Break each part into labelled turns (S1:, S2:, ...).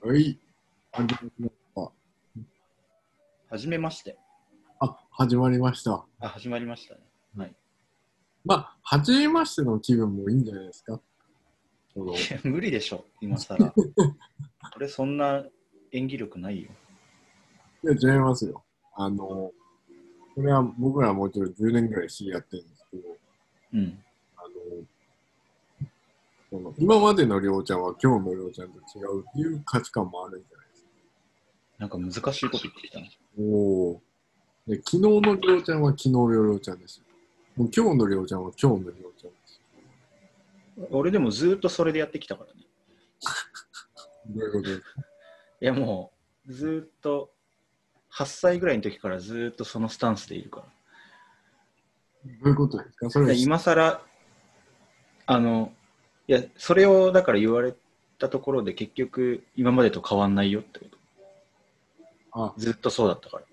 S1: はい。始まりました。
S2: はじめまして。
S1: あ、始まりました。
S2: あ、始まりましたね。
S1: まあ、初めましての気分もいいんじゃないですか。その
S2: いや、無理でしょ、今さ ら。俺、そんな演技力ないよ。
S1: いや、違いますよ。あの、これは僕らはもうちょっと10年ぐらい知り合ってるんですけど、
S2: うん。
S1: あの、その今までのりょうちゃんは今日のりょうちゃんと違うっていう価値観もあるんじゃないですか。
S2: なんか難しいこと言ってきたな。
S1: おお。で、昨日のりょうちゃんは昨日のりょうちゃんですよ。もう今日のりょうちゃんは今日のりょうちゃんですよ。
S2: 俺、でもずーっとそれでやってきたからね。
S1: どういうことですか
S2: いや、もう、ずーっと、8歳ぐらいの時からずーっとそのスタンスでいるか
S1: どういうことですかそ
S2: ら。
S1: れ
S2: で今さら、あの、いや、それをだから言われたところで、結局、今までと変わんないよってこと。
S1: あ、
S2: ずーっとそうだったから。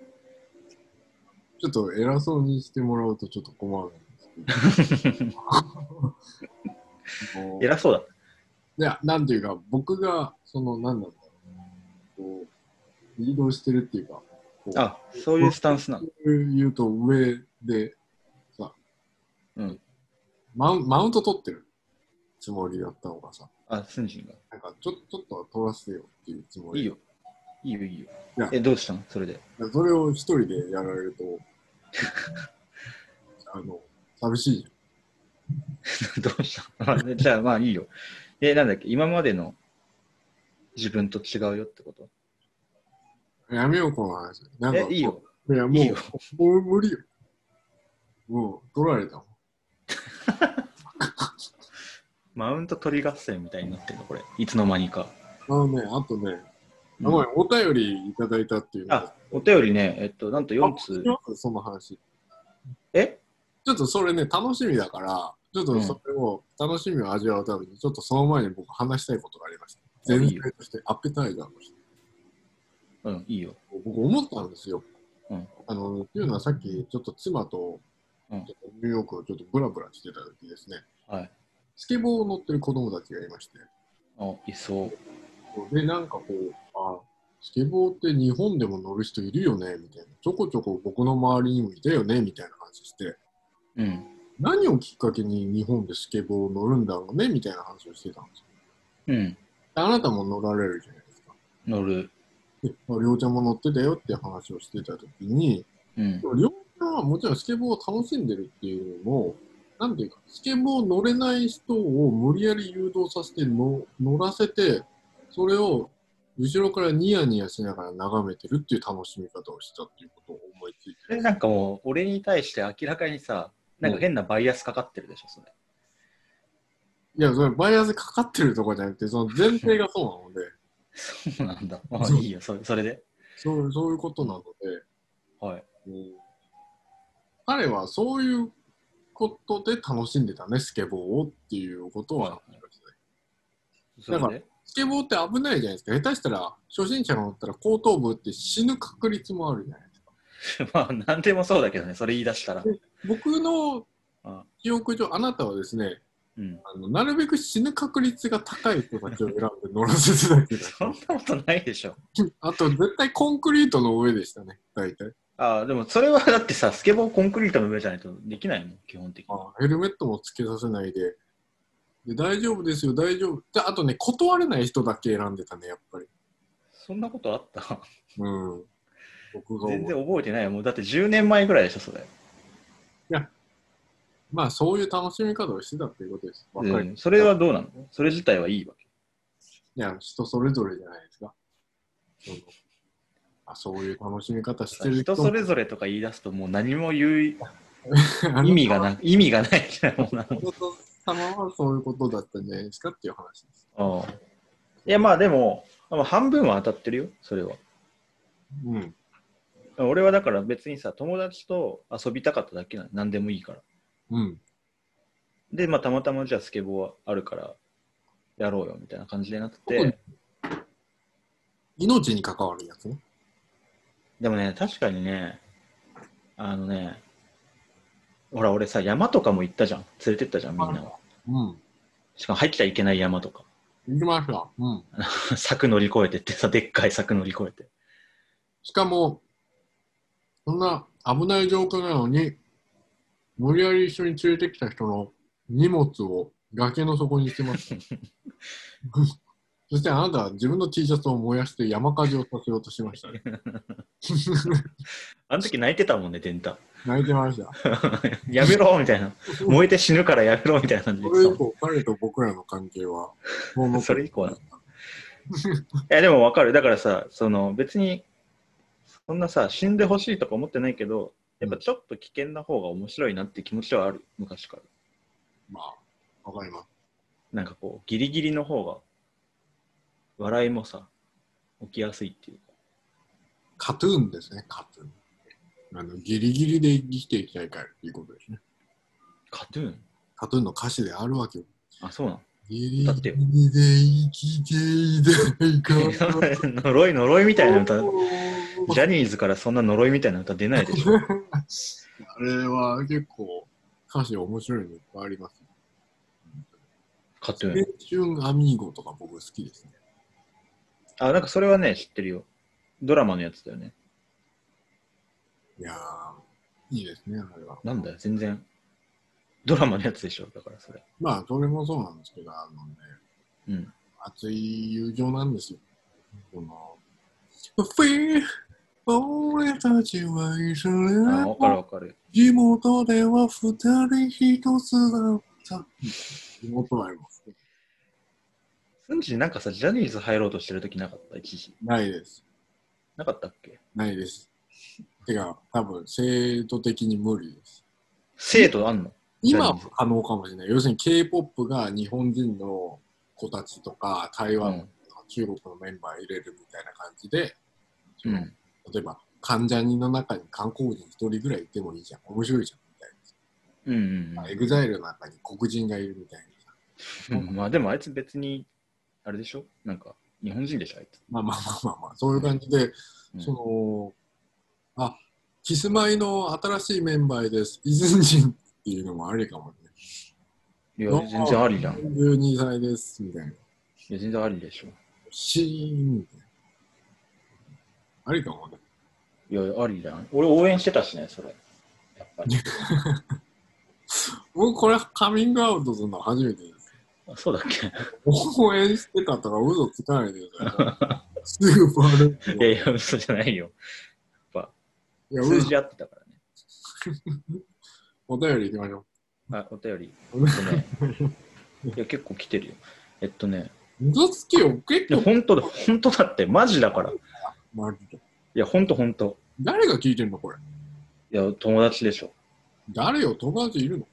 S1: ちょっと偉そうにしてもらうとちょっと困るんですけ ど。
S2: 偉そうだった。
S1: いや、なんていうか、僕が、その、なんなんだろうな、こう、リードしてるっていうか、こう、
S2: あ、そういうスタンスなの。
S1: 言うと上で、さ、
S2: うん
S1: マウン、マウント取ってるつもりだったのがさ、
S2: あ、スンジンが。
S1: なんか、ちょちょっとは取らせてよっていうつもり。
S2: いいよ。いいよ、いいよ
S1: いや。
S2: え、どうしたのそれで。
S1: いや。それを一人でやられると、あの、寂しいじ
S2: どうしたの あでじゃあ、まあいいよ。え、なんだっけ今までの自分と違うよってこと
S1: ゃん。やめよう、この話。なんか
S2: え、いいよ。
S1: いや、も、
S2: いういよ
S1: もう無理よ。もう、取られたもん。
S2: マウント取り合戦みたいになってるの、これ。いつの間にか。
S1: あのね、あとね、
S2: うん
S1: あごめんお便りいただいたっていうの
S2: あ、お便りね、えっと、なんと
S1: あ
S2: 4通
S1: 聞。きますその話。
S2: え
S1: ちょっとそれね、楽しみだから、ちょっとそれを、楽しみを味わうために、ちょっとその前に僕話したいことがありました。
S2: あいい
S1: 全
S2: よ
S1: 然としてアッペタイザーの人。
S2: うん、いいよ。
S1: 僕思ったんですよ。
S2: うん
S1: あの、っていうのはさっき、ちょっと妻と、
S2: うん
S1: ちょっとニューヨークをちょっとブラブラしてた時ですね、
S2: はい。
S1: スケボーを乗ってる子供たちがいまして、
S2: あ、いそう。
S1: で、なんかこう、あ、スケボーって日本でも乗る人いるよね、みたいな。ちょこちょこ僕の周りにもいたよね、みたいな話して、
S2: うん。
S1: 何をきっかけに日本でスケボーを乗るんだろうね、みたいな話をしてたんですよ。
S2: うん。
S1: であなたも乗られるじゃないですか。
S2: 乗る。
S1: で、まあ、りょうちゃんも乗ってたよっていう話をしてた時に、
S2: うん
S1: で。もりょうちゃんはもちろんスケボーを楽しんでるっていうのも、なんていうか、スケボー乗れない人を無理やり誘導させての乗らせて、それを後ろからニヤニヤしながら眺めてるっていう楽しみ方をしたっていうことを思いついて。
S2: それなんかもう、俺に対して明らかにさ、なんか変なバイアスかかってるでしょ、それ。
S1: いや、それバイアスかかってるとかじゃなくて、その前提がそうなので、
S2: そう なんだ。まあいいよ、それそれで。
S1: そうそういうことなので、
S2: はい。
S1: うん彼はそういうことで楽しんでたね、スケボーをっていうことは
S2: はいそれ
S1: だか
S2: で
S1: スケボーって危ないじゃないですか。下手したら初心者が乗ったら後頭部って死ぬ確率もあるじゃないですか。
S2: まあ、なんでもそうだけどね、それ言い出したら。
S1: 僕の
S2: あ
S1: 記憶上、あなたはですね、
S2: うん。
S1: あのなるべく死ぬ確率が高い人たちを選んで乗らせてたけど、
S2: そんなことないでしょ。
S1: あと絶対コンクリートの上でしたね、大体。
S2: ああ、でもそれはだってさ、スケボーコンクリートの上じゃないとできないもん、基本的に。
S1: あヘルメットもつけさせないで。で大丈夫ですよ、大丈夫。で、あとね、断れない人だけ選んでたね、やっぱり。
S2: そんなことあった
S1: うん。僕が思う
S2: 全然覚えてないよ。もうだって10年前ぐらいでしょ、それ。
S1: まあ、そういう楽しみ方をしてたっていうことです。若い。
S2: う
S1: い
S2: んそれはどうなのそれ自体はいいわけ。
S1: や、人それぞれじゃないですか。そのあそういう楽しみ方してる
S2: 人
S1: 人
S2: それぞれとか言い出すともう何も言
S1: あ
S2: う
S1: の
S2: 意味が ない、意味がないじゃんもうな
S1: あなた様はそういうことだったんじゃないですかっていう話です。
S2: うんいや、まあでも、まあ半分は当たってるよ、それは。
S1: うん。
S2: 俺はだから別にさ、友達と遊びたかっただけなの。何でもいいから。
S1: うん。
S2: で、まあ、たまたまじゃあスケボーあるからやろうよみたいな感じでなく
S1: うん
S2: て、
S1: 命に関わるやつね。
S2: でもね、確かにね、あのね、ほら、俺さ、山とかも行ったじゃん。連れてったじゃん、みんなを。
S1: うん。
S2: しかも入っちゃいけない山とか。
S1: 行きました。うん。
S2: 柵乗り越えてってさ、でっかい柵乗り越えて。
S1: しかも、そんな危ない状況なのに、無理やり一緒に連れてきた人の荷物を崖の底にしてました。 そしてあなたは自分の T シャツを燃やして山火事をさせようとしました。
S2: あの時泣いてたもんね、デンタ。
S1: 泣いてました。
S2: やめろ みたいな。燃えて死ぬからやめろみたいな感じで
S1: そ
S2: 言
S1: れ以
S2: ってたも
S1: 降、彼と僕らの関係は、も
S2: ん。
S1: う
S2: それ以降だ。いや、でもわかる。だからさ、その別に、そんなさ、死んでほしいとか思ってないけど、やっぱちょっと危険な方が面白いなって気持ちはある、昔から。
S1: まあ、わかります。
S2: なんかこう、ギリギリの方が、笑いもさ、起きやすいっていうか。
S1: カトゥーンですね、カトゥーン。あのギリギリで生きていきたいからっていうことですね。
S2: カトゥーン
S1: カトゥーンの歌詞であるわけよ。
S2: あ、そうなの
S1: ギリ
S2: だってよ
S1: ギリで生きていないか
S2: 呪い呪いみたいな歌、ジ
S1: あ
S2: ャニーズからそんな呪いみたいな歌出ない でしょ。
S1: れは結構歌詞面白いのいっぱいあります。
S2: カトゥーン。
S1: 青春アミーゴとか僕好きですね。
S2: あ、なんかそれはね、知ってるよ。ドラマのやつだよね。
S1: いやー、いいですね、あれは。
S2: なんだよ、全然。ドラマのやつでしょ、だからそれ。
S1: まあ、それもそうなんですけど、あのね、
S2: うん。
S1: 熱い友情なんですよ。この、Fear! 俺たちは一緒
S2: あ、わかる
S1: に
S2: わかる。
S1: 地元では二人一つだった。地元はあります。
S2: すんちなんかさ、ジャニーズ入ろうとしてるときなかった一時。
S1: ないです。
S2: なかったっけ
S1: ないです。てか、多分、制度的に無理です。
S2: 生徒あんの
S1: 今
S2: ジャ
S1: は
S2: ニーズ
S1: 可能かもしれない。要するに K-POP が日本人の子たちとか、台湾、
S2: うん
S1: 中国のメンバー入れるみたいな感じで、その
S2: うん。
S1: 例えば、患者人の中に韓国人一人ぐらいいてもいいじゃん。面白いじゃん。みたい
S2: うんうん
S1: な。エグザイルの中に黒人がいるみたいな。
S2: うん。うんまあでもあいつ別に、あれでしょなんか、日本人でしょ、あいつ。
S1: まあまあまあまあまあ、そういう感じで、
S2: うん
S1: その、あ、キスマイの新しいメンバーです。イズン人っていうのもありかもね。
S2: いや、全然ありじゃん。い
S1: 12歳です、みたいな。
S2: や、全然ありでしょ。
S1: シーンみたいな。ありかもね。
S2: いや、ありじゃん。俺応援してたしね、それ。やっぱり。
S1: 僕、これカミングアウトするの初めてです。
S2: あそうだっけ
S1: 応援してたとか嘘つかないでください。すぐバレる。
S2: いやいや、嘘じゃないよ。
S1: いや、
S2: 数
S1: 嘘。
S2: 字合ってたからね。
S1: お便り行きましょ
S2: あ、お便り。
S1: う。
S2: えっとね、いや、結構来てるよ。えっとね、
S1: 嘘つきよ、結
S2: いや、
S1: 構、
S2: 本当だ、本当だって、マジだから。い
S1: マジで。
S2: や、本当本当。
S1: 誰が聞いてんの、これ。
S2: いや、友達でしょ。
S1: 誰よ、友達いるの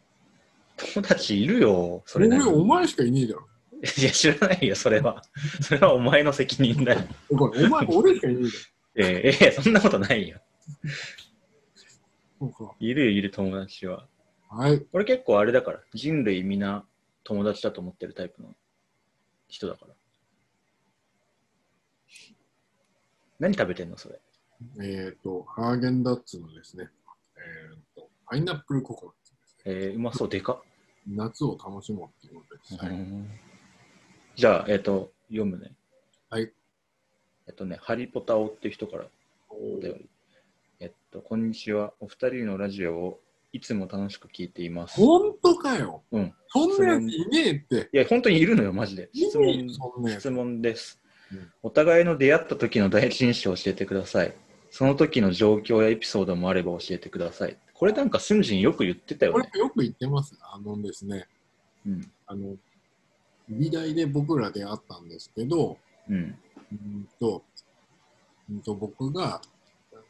S2: 友達いるよ、そ
S1: 俺
S2: れなりに
S1: お前しかいねえだろ。
S2: いや、知らないよ、そ れは。それはお前の責任だよ。
S1: これ、お前、俺しかいねえだ
S2: えー、えーそんなことないよ。
S1: ろ。そうか。
S2: いるよ、いる友達は。
S1: はい。
S2: 俺結構あれだから、人類みんな友達だと思ってるタイプの人だから。何食べてんの、それ。
S1: えっ、ー、と、ハーゲンダッツのですね、えっ、と、パイナップルココナッツですね。
S2: えー、うまそう、でかっ。
S1: 夏を楽しもうっていうことです。はい
S2: じゃあ、えっ、と、読むね。
S1: はい。
S2: えっとね、ハリポタオっていう人からお便り。えっと、こんにちは。お二人のラジオをいつも楽しく聞いています。い
S1: 本当かよ。
S2: うん
S1: そんなやついねえって。
S2: や、本当にいるのよ、マジで。
S1: いね
S2: 質
S1: えよ
S2: 問、
S1: そんなやつ。
S2: 質問です
S1: うん。
S2: お互いの出会った時の第一印象を教えてください。その時の状況やエピソードもあれば教えてください。これなんか、スンジンよく言ってたよ
S1: これ
S2: ね。
S1: よく言ってます。あのですね、
S2: うん。
S1: あの、美大で僕ら出会ったんですけど、
S2: うん。
S1: うーんと、うーんと僕が、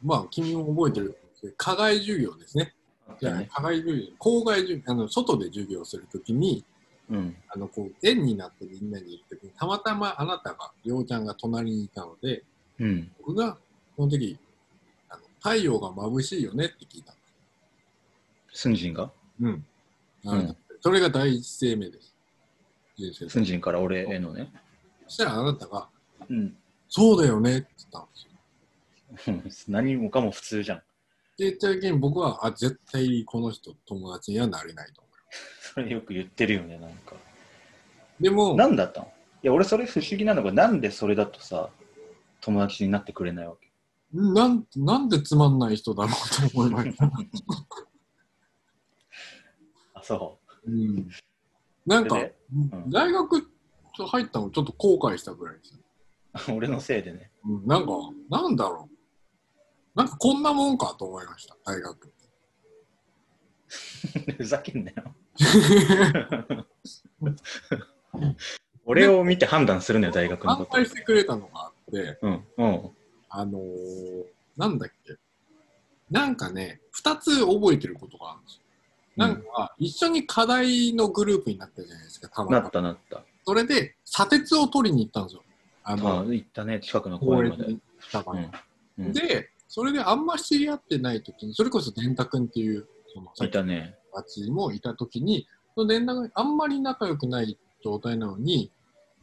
S1: まあ、君も覚えてる、課外授業ですね。じゃあ、
S2: ね。
S1: 課外授業、校外授業、あの、外で授業するときに、
S2: うん。
S1: あの、こう、円になってみんなにいるときに、たまたまあなたが、りょうちゃんが隣にいたので、
S2: うん。
S1: 僕が、その時、あの太陽が眩しいよねって聞いた。
S2: スンジンが
S1: うん。
S2: うん
S1: それが第一声目です。人生の
S2: スンジンから俺へのね。
S1: そしたらあなたが、
S2: うん。
S1: そうだよねって言ったんですよ。
S2: 何もかも普通じゃん。
S1: で、言った時に僕は、あ、絶対この人友達にはなれないと思
S2: それよく言ってるよね、なんか。
S1: う。でも、
S2: 何だったのや、俺それ不思議なのが、なんでそれだとさ、友達になってくれないわけ
S1: なんなんでつまんない人だろうと思いました。
S2: あ、そ
S1: うん、なんか、
S2: それでうん
S1: 大学入ったのちょっと後悔したぐらいですよ。
S2: う。 俺のせいでね。
S1: うん、なんか、なんだろう。なんかこんなもんかと思いました、大学。
S2: ふざけんなよ。 俺を見て判断するのよ、大学の
S1: 反
S2: こと
S1: 対。してくれたのがあって、
S2: うん、うん。
S1: あのー、なんだっけ。なんかね、二つ覚えてることがあるんですよ。なんか、一緒に課題のグループになったじゃないですか、たまた
S2: なっ
S1: ま。
S2: たなった。
S1: それで、砂鉄を取りに行ったんですよ。あ
S2: ああ
S1: の、
S2: 行ったね、近くの公
S1: 公
S2: 園
S1: 園
S2: まで。
S1: に来た場合。
S2: うんうん
S1: で、それであんま知り合ってない時に、それこそ電太くんっていう、その、さっ
S2: い
S1: きの
S2: たね。
S1: 友達もいた時に、その電太くん、あんまり仲良くない状態なのに、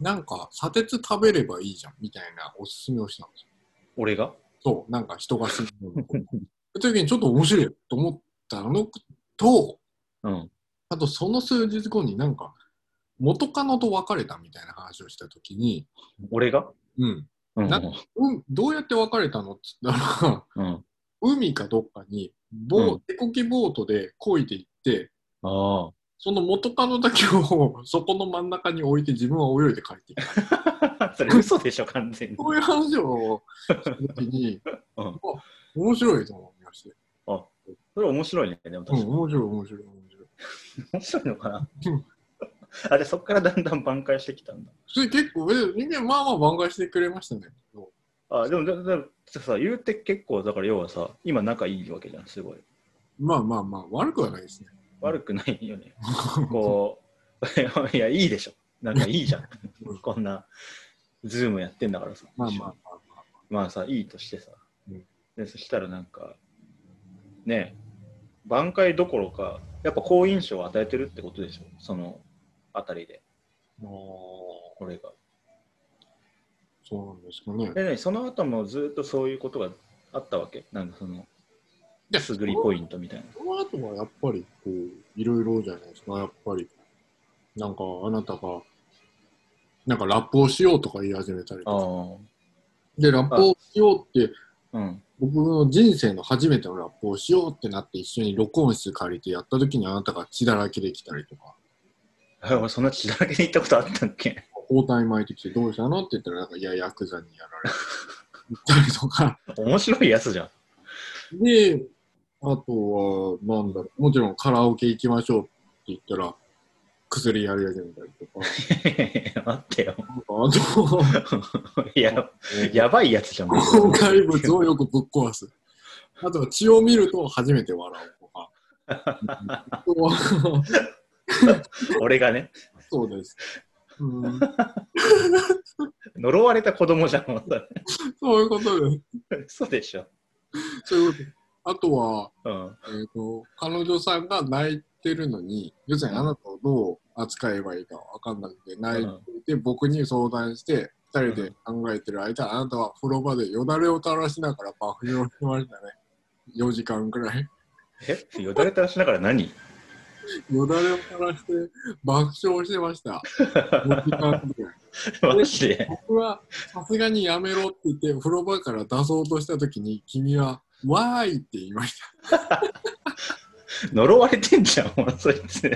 S1: なんか、砂鉄食べればいいじゃん、みたいなおすすめをしたんですよ。
S2: 俺が
S1: そう、なんか人が死ぬのに。 そういう時にちょっと面白いと思ったのと、
S2: うん。
S1: あとその数日後になんか、元カノと別れたみたいな話をした時に、
S2: 俺が
S1: うん、
S2: うん。
S1: なうん、どうやって別れたのって言ったら、
S2: うん。
S1: 海かどっかに、ボ
S2: う
S1: ー、手こきボートで漕いで行って、
S2: あ
S1: その元カノだけを そこの真ん中に置いて自分は泳いで帰ってきた。
S2: あ。それ嘘でしょ、完全に。
S1: こういう話をした時に、
S2: うん
S1: あ面白いと思いまして。
S2: あ、それ面白いね。でも
S1: うん
S2: 確、かに。
S1: 面白い、面白い、面白い。
S2: 面白いのかな
S1: うん
S2: あれ、そっからだんだん挽回してきたんだ。
S1: それ結構、え人間まあまあ挽回してくれましたね。
S2: あ、でも、だだださ、言うて結構、だから要はさ、今仲いいわけじゃん、すごい。
S1: まあまあまあ、悪くはないですね。
S2: 悪くないよね。こう、い や、いいでしょ。なんかいいじゃん
S1: うん。
S2: こんな、ズームやってんだからさ。
S1: まあまあまあまあ。
S2: まあさ、いいとしてさ。
S1: うん
S2: でそしたらなんか、ねえ、挽回どころか、やっぱ好印象を与えてるってことでしょ、そのあたりで、
S1: も
S2: 俺が。
S1: う、そうなんですかね。
S2: でね、その後もずっとそういうことがあったわけ、なんかその、
S1: いや
S2: すぐりポイントみたいな。
S1: その後はやっぱりこういろいろじゃないですかやっぱりなんかあなたがなんかラップをしようとか言い始めたり
S2: あ
S1: とか
S2: あ、
S1: でラップをしようって
S2: うん。
S1: 僕の人生の初めてのラップをしようってなって一緒に録音室借りてやった時にあなたが血だらけできたりとか
S2: あ俺、そんな血だらけで行ったことあったっけ
S1: 包帯巻いてきてどうしたのって言ったらなんかいやヤクザにやられたりとか
S2: 面白いやつじゃん。
S1: で、あとは、なんだろう、もちろんカラオケ行きましょうって言ったら、薬やり始めたりとか、
S2: 待ってよ。
S1: なんかあとは、
S2: いや、やばいやつじゃん。もう
S1: 公開物をよくぶっ壊す。あとは血を見ると初めて笑うとか。あとは
S2: 俺がね、
S1: そうです。うん、
S2: 呪われた 子供じゃん。もう
S1: そういうことです。
S2: 嘘でしょ。
S1: そういうこと。あとは、
S2: うん。
S1: えーと、彼女さんが泣いてるのに、要するにあなたをどう扱えばいいかわかんなくて、泣いて僕に相談して、二人で考えてる間、あなたは風呂場でよだれを垂らしながらバフをしてましたね。4時間くらい。
S2: えよだれ垂らしながら何
S1: よだれを垂らして爆笑してました。4時間くらい。
S2: マジで
S1: 僕はさすがにやめろって言って、風呂場から出そうとした時に、君は、わーいって言いました。
S2: 呪われてんじゃん、もうそいつ。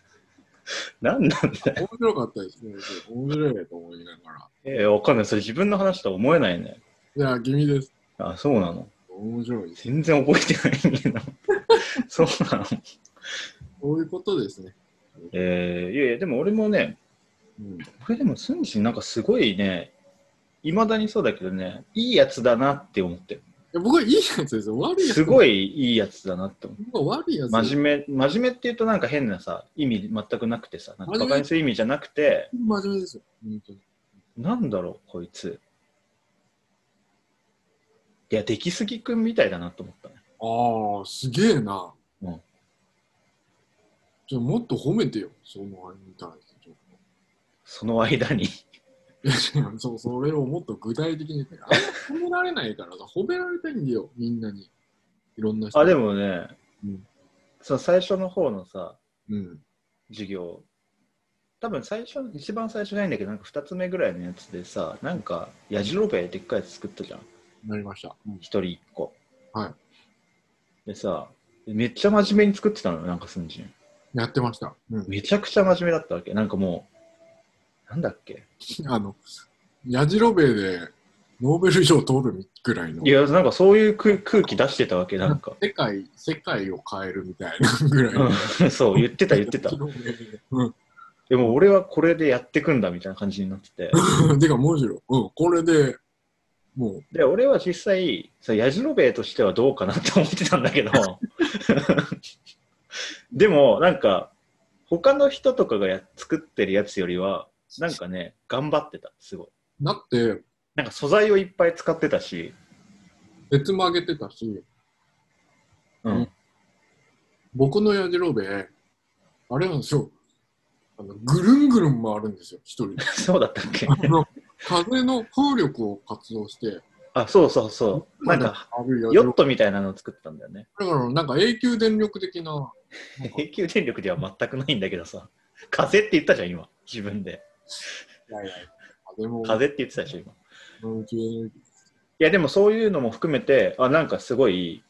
S2: 何なんだよ。
S1: 面白かったですね。面白いと思いながら。
S2: えー、わかんない。それ自分の話とは思えないね。
S1: いや、君です。
S2: あ、そうなの。
S1: 面白いです。
S2: 全然覚えてないんだけど。 そうなの。
S1: そういうことですね。
S2: えー、いやいや、でも俺もね、
S1: うん、
S2: 俺でもスンジなんかすごいね、いまだにそうだけどね、いいやつだなって思ってる。
S1: え僕はいいやつですよ。悪いやつ。
S2: すごいいいやつだなって思ってる
S1: 僕は悪いやつ。
S2: 真面目真面目って言うとなんか変なさ意味全くなくてさなんか
S1: 真面目
S2: バカにする意味じゃなくて
S1: 真面目ですよ。本当に。
S2: なんだろうこいついや出来すぎくんみたいだなと思ったね
S1: ああ、すげえな。
S2: うん
S1: じゃあもっと褒めてよ。そのあれに対して ちょっ
S2: その間に
S1: と。いや、違うそう、それをもっと具体的に。あんま褒められないからさ、褒められたいんだよ、みんなに。いろんな人。
S2: あで。もね、
S1: うん
S2: その最初の方のさ
S1: うん。
S2: 授業多分最初一番最初じゃないんだけどなんか2つ目ぐらいのやつでさなんかやじろべえでっかいやつ作ったじゃん
S1: なりました。うん
S2: 一人一個
S1: はい
S2: でさめっちゃ真面目に作ってたのよなんかすんじん
S1: やってました。うん
S2: めちゃくちゃ真面目だったわけなんかもうなんだっけ
S1: あの、やじろべえでノーベル賞取るぐらいの
S2: い、やなんかそういう空空気出してたわけな んか
S1: 世界、世界を変えるみたいな ぐらいの。
S2: うんそう言ってた言ってた
S1: う
S2: でも俺はこれでやってくんだみたいな感じになってて
S1: ん。てか、むしろ、うん、これで、もう、
S2: で俺は実際さヤジロベエとしてはどうかなって思ってたんだ けどでもなんか他の人とかがや作ってるやつよりはなんかね頑張ってたすごい
S1: だって、
S2: なんか素材をいっぱい使ってたし、
S1: 鉄も上げてたし、
S2: うん、
S1: 僕のやじろべえ、あれなんですよ、あのぐるんぐるん回るんですよ、一人で。
S2: そうだったっけ
S1: あの、風の風力を活動して、
S2: あそうそうそうなんか
S1: あるやじ
S2: ヨ
S1: ろ
S2: ットみたいなのを作ったんだよね
S1: だから、なんか永久電力的な、なんか
S2: 永久電力では全くないんだけどさ風って言ったじゃん今自分で
S1: いやいや、風も、
S2: 風って言ってたでしょ今
S1: うん消えない
S2: いやでもそういうのも含めてあなんかすごい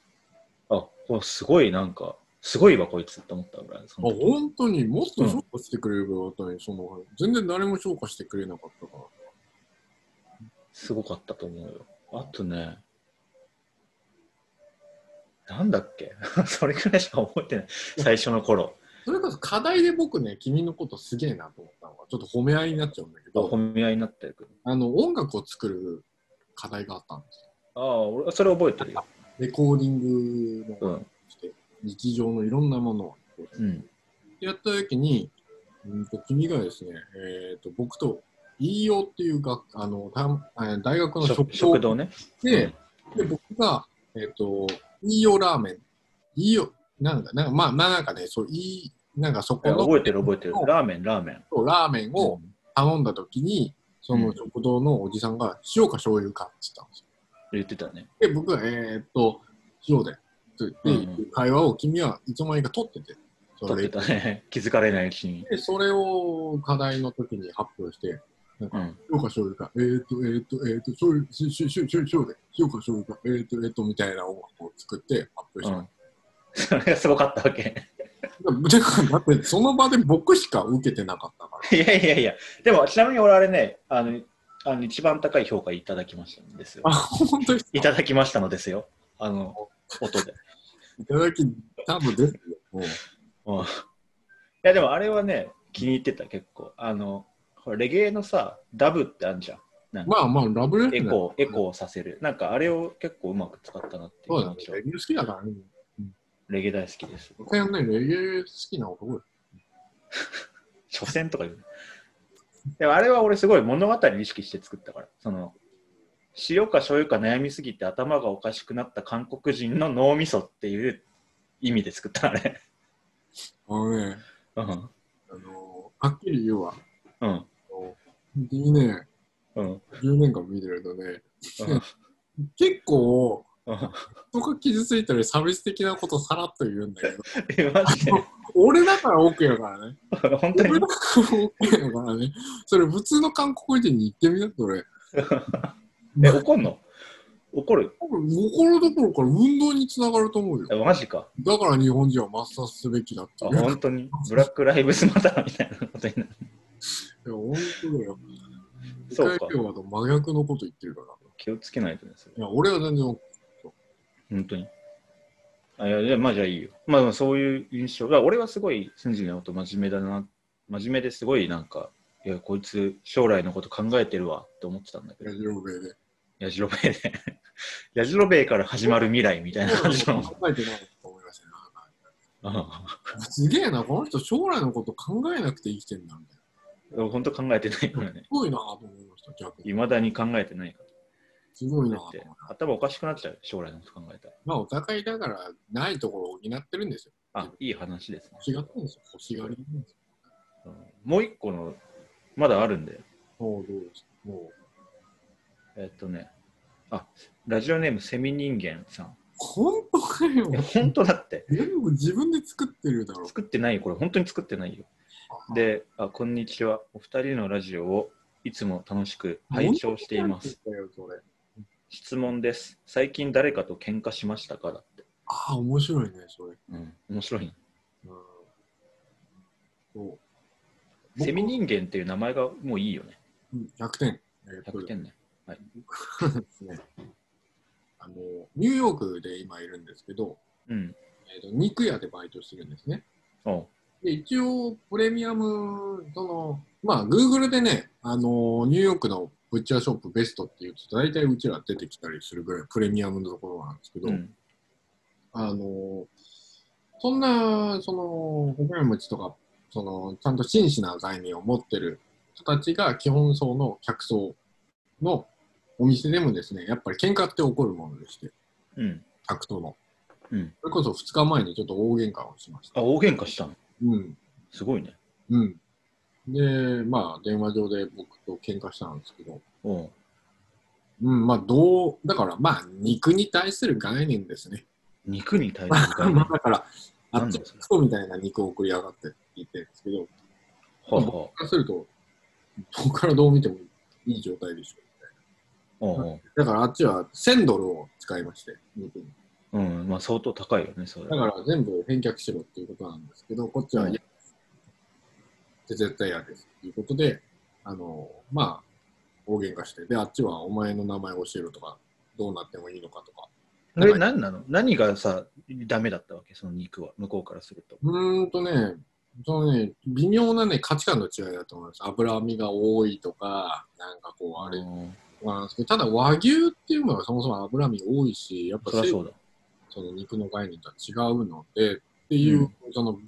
S2: あこうすごいなんかすごいわこいつって思ったぐらいそ
S1: あ
S2: の時
S1: 本当にもっと評価してくれればよかったのに、その全然誰も評価してくれなかったから。
S2: すごかったと思うよあとねなんだっけ それくらいしか覚えてない最初の頃
S1: それこそ課題で僕ね、君のことすげえなと思ったのが、ちょっと褒め合いになっちゃうんだけど、
S2: 褒め合いになってるけど
S1: あの音楽を作る課題があったんですよ。
S2: ああ俺それ覚えてるよ
S1: レコーディング
S2: う
S1: の
S2: ん
S1: して、日常のいろんなものをこう
S2: うん
S1: やった時に、うんと君がですね、えー、と僕と飯用っていう学あのたえー大学の
S2: 食
S1: 食
S2: 食
S1: 堂
S2: 堂ね
S1: で、
S2: う
S1: で、
S2: ん
S1: 僕が、えっ、と、いいよラーメン、いいよ、なんか、なんかまあ、まあなんかね、そう、いい、なんかそこ
S2: いや覚
S1: の
S2: えてる覚えてるラーメンラーメン
S1: ラーメンを頼んだときに、その
S2: うん
S1: 食堂のおじさんが、塩か醤油かって言ったんですよ。
S2: 言ってたね
S1: で、僕が、えっ、と、塩で、って言って、
S2: うんうん
S1: 会話を君はいつの間にか取ってて、そ
S2: 取
S1: れ
S2: ってたね 気づかれないうちに
S1: で、それを課題の時に発表して、なん
S2: う
S1: か、
S2: ん
S1: 塩か醤油か、えっ、と、えっ、と、えっ、と、醤油、しししし塩で、塩か醤油か、えっ、と、えっ、と、みたいな音楽を作って発表し
S2: う
S1: た。
S2: んそれがすごかったわけ
S1: てかだってその場で僕しか受けてなかったから。
S2: いや いやいや、でもちなみに俺あれね、あの、あの一番高い評価いただきましたんですよ
S1: あ、。本当に
S2: いただきましたのですよ。あの、音で。
S1: いただき、多分ですよ。もう
S2: うんいや、でもあれはね、気に入ってた、結構。あの、ほらレゲエのさ、ダブってあるじゃん。
S1: まあまあ、ラブレッド
S2: エコー、エコーさせる。なんかあれを結構うまく使ったなってい
S1: そううだ
S2: 感
S1: ね
S2: じ。
S1: レゲエ好きだからね。
S2: レゲエ大好きです。
S1: 僕やんないレゲエ好きな男です。
S2: 所詮とか言う。 でもあれは俺すごい物語意識して作ったから。その塩か醤油か悩みすぎて頭がおかしくなった韓国人の脳みそっていう意味で作ったあれ。
S1: あのね、
S2: うん。
S1: あのはっきり言うわ。
S2: うん。
S1: あの本当にね、
S2: うん。
S1: 10年間見てるとね、
S2: うん
S1: 結構、
S2: うん。
S1: 人が傷ついたり差別的なことさらっと言うんだけど、
S2: え、マジで。
S1: 俺だから OK やからね。
S2: 本当
S1: 俺
S2: に
S1: だ。から OK やからね。それ普通の韓国人に言ってみな、それ。
S2: え、怒んの怒る
S1: 多分心どころから運動につながると思うよ。
S2: えマジか。
S1: だから日本人は抹殺すべきだっ
S2: あ
S1: ていう。いや、
S2: 本当に。ブラック・ライブズ・マターみたいなことになる。
S1: 本当だよ。世
S2: そう
S1: 界
S2: か。
S1: 平和と真逆のこと言ってるから。
S2: 気をつけないとです
S1: いや、俺は全然、
S2: 本当に。あいやいやまあじゃあいいよ。まあまあそういう印象。だから俺はすごい、スンジのこと真面目だな。真面目ですごいなんか、いや、こいつ将来のこと考えてるわって思ってたんだけ
S1: ラ
S2: ど、
S1: ジオ上で。
S2: ヤジロベエで。 ヤジロベエから始まる未来みたいな感じの。
S1: 考えてないと思いましたね
S2: う
S1: なんか。すげえな、この人将来のこと考えなくて生きてんだみたいな。
S2: ん本当考えてないからね
S1: す。ごいなと思いました、逆に。
S2: いまだに考えてないか
S1: すごいな
S2: ら。だ
S1: と
S2: って
S1: 思う。
S2: 頭おかしくなっちゃう、将来のこと考えたら。
S1: まあ、お互いだから、ないところを補ってるんですよ。
S2: あ、いい話ですね。
S1: 違ったんですよ。欲しがりなんですよ。
S2: うんもう一個の、まだあるんで、
S1: もうどうですかもう、
S2: えっとね、あ、ラジオネームセミ人間さん。
S1: 本当かよ
S2: いや。本当だって。
S1: 全部自分で作ってるだろ。
S2: 作ってないよこれ本当に作ってないよであ、こんにちは。お二人のラジオをいつも楽しく拝聴しています。
S1: だよそれ
S2: 質問です。最近誰かと喧嘩しましたかだって。
S1: ああ、面白いね、それ。
S2: うん、面白いね。
S1: うん、そう僕
S2: セミ人間っていう名前がもういいよね。
S1: うん100点。えーと
S2: 100点ね。
S1: ですねあの。ニューヨークで今いるんですけど、
S2: うん。
S1: えーと肉屋でバイトしてるんですね。
S2: おう
S1: で一応、プレミアム、その、まあ、Google でね、あの、ニューヨークのブッチャーショップベストっていうと、大体うちら出てきたりするぐらいプレミアムのところなんですけど、
S2: うん。
S1: あの、そんな、その、お金持ちとか、その、ちゃんと真摯な概念を持ってる人たちが基本層の客層のお店でもですね、やっぱり喧嘩って起こるものでして、
S2: うん。
S1: 客との。
S2: うん。
S1: それこそ2日前にちょっと大喧嘩をしました
S2: あ、。大喧嘩したの
S1: うん。
S2: すごいね。
S1: うん。で、まあ、電話上で僕と喧嘩したんですけど、
S2: おう
S1: うん、まあ、どう、だから、まあ、肉に対する概念ですね。
S2: 肉に対する 概念。
S1: ま
S2: は
S1: あ、だから、あ
S2: なん
S1: っち
S2: だよそれ
S1: こみたいな肉を送り上がってって言ってるんですけど、
S2: あはあ
S1: そうすると、どこからどう見てもいい状態でし
S2: おうおう
S1: ょ。だからあっちは1000ドルを使いまして、肉に
S2: うん。まあ相当高いよね、それ。
S1: だから全部返却しろっていうことなんですけど、こっちは
S2: うん
S1: 嫌です。絶対嫌です。ということで、あの、まあ、大喧嘩して、で、あっちはお前の名前を教えろとか、どうなってもいいのかとか。
S2: え、何なの何がさ、ダメだったわけその肉は、向こうからすると。
S1: うーんとね、そのね、微妙なね、価値観の違いだと思います。脂身が多いとか、なんかこう、あれ
S2: うん
S1: なんですけど、ただ和牛っていうのはそもそも脂身多いし、やっぱ
S2: そりゃそうだ。
S1: その肉の概念とは違うのでっていう、
S2: うん
S1: その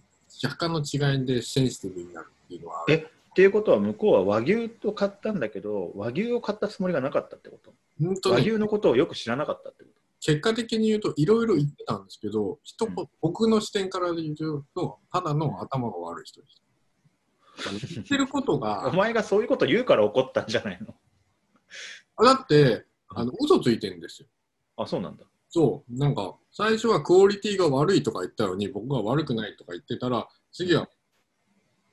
S1: 若干の違いでセンシティブになるっていうのはある
S2: えっていうことは向こうは和牛と買ったんだけど和牛を買ったつもりがなかったってこ
S1: 本
S2: と
S1: 当
S2: 和
S1: に
S2: 牛のことをよく知らなかったってこ
S1: 結果的に言うといろいろ言ってたんですけど一言、
S2: う
S1: 僕の視点から言うとただの頭が悪い人でした。言ってること
S2: とお
S1: が
S2: 前がそういうこと言うから怒ったんじゃないの
S1: だってあの嘘ついてるんですよ。
S2: あそうなんだ
S1: そうなんか最初はクオリティが悪いとか言ったのに僕が悪くないとか言ってたら次は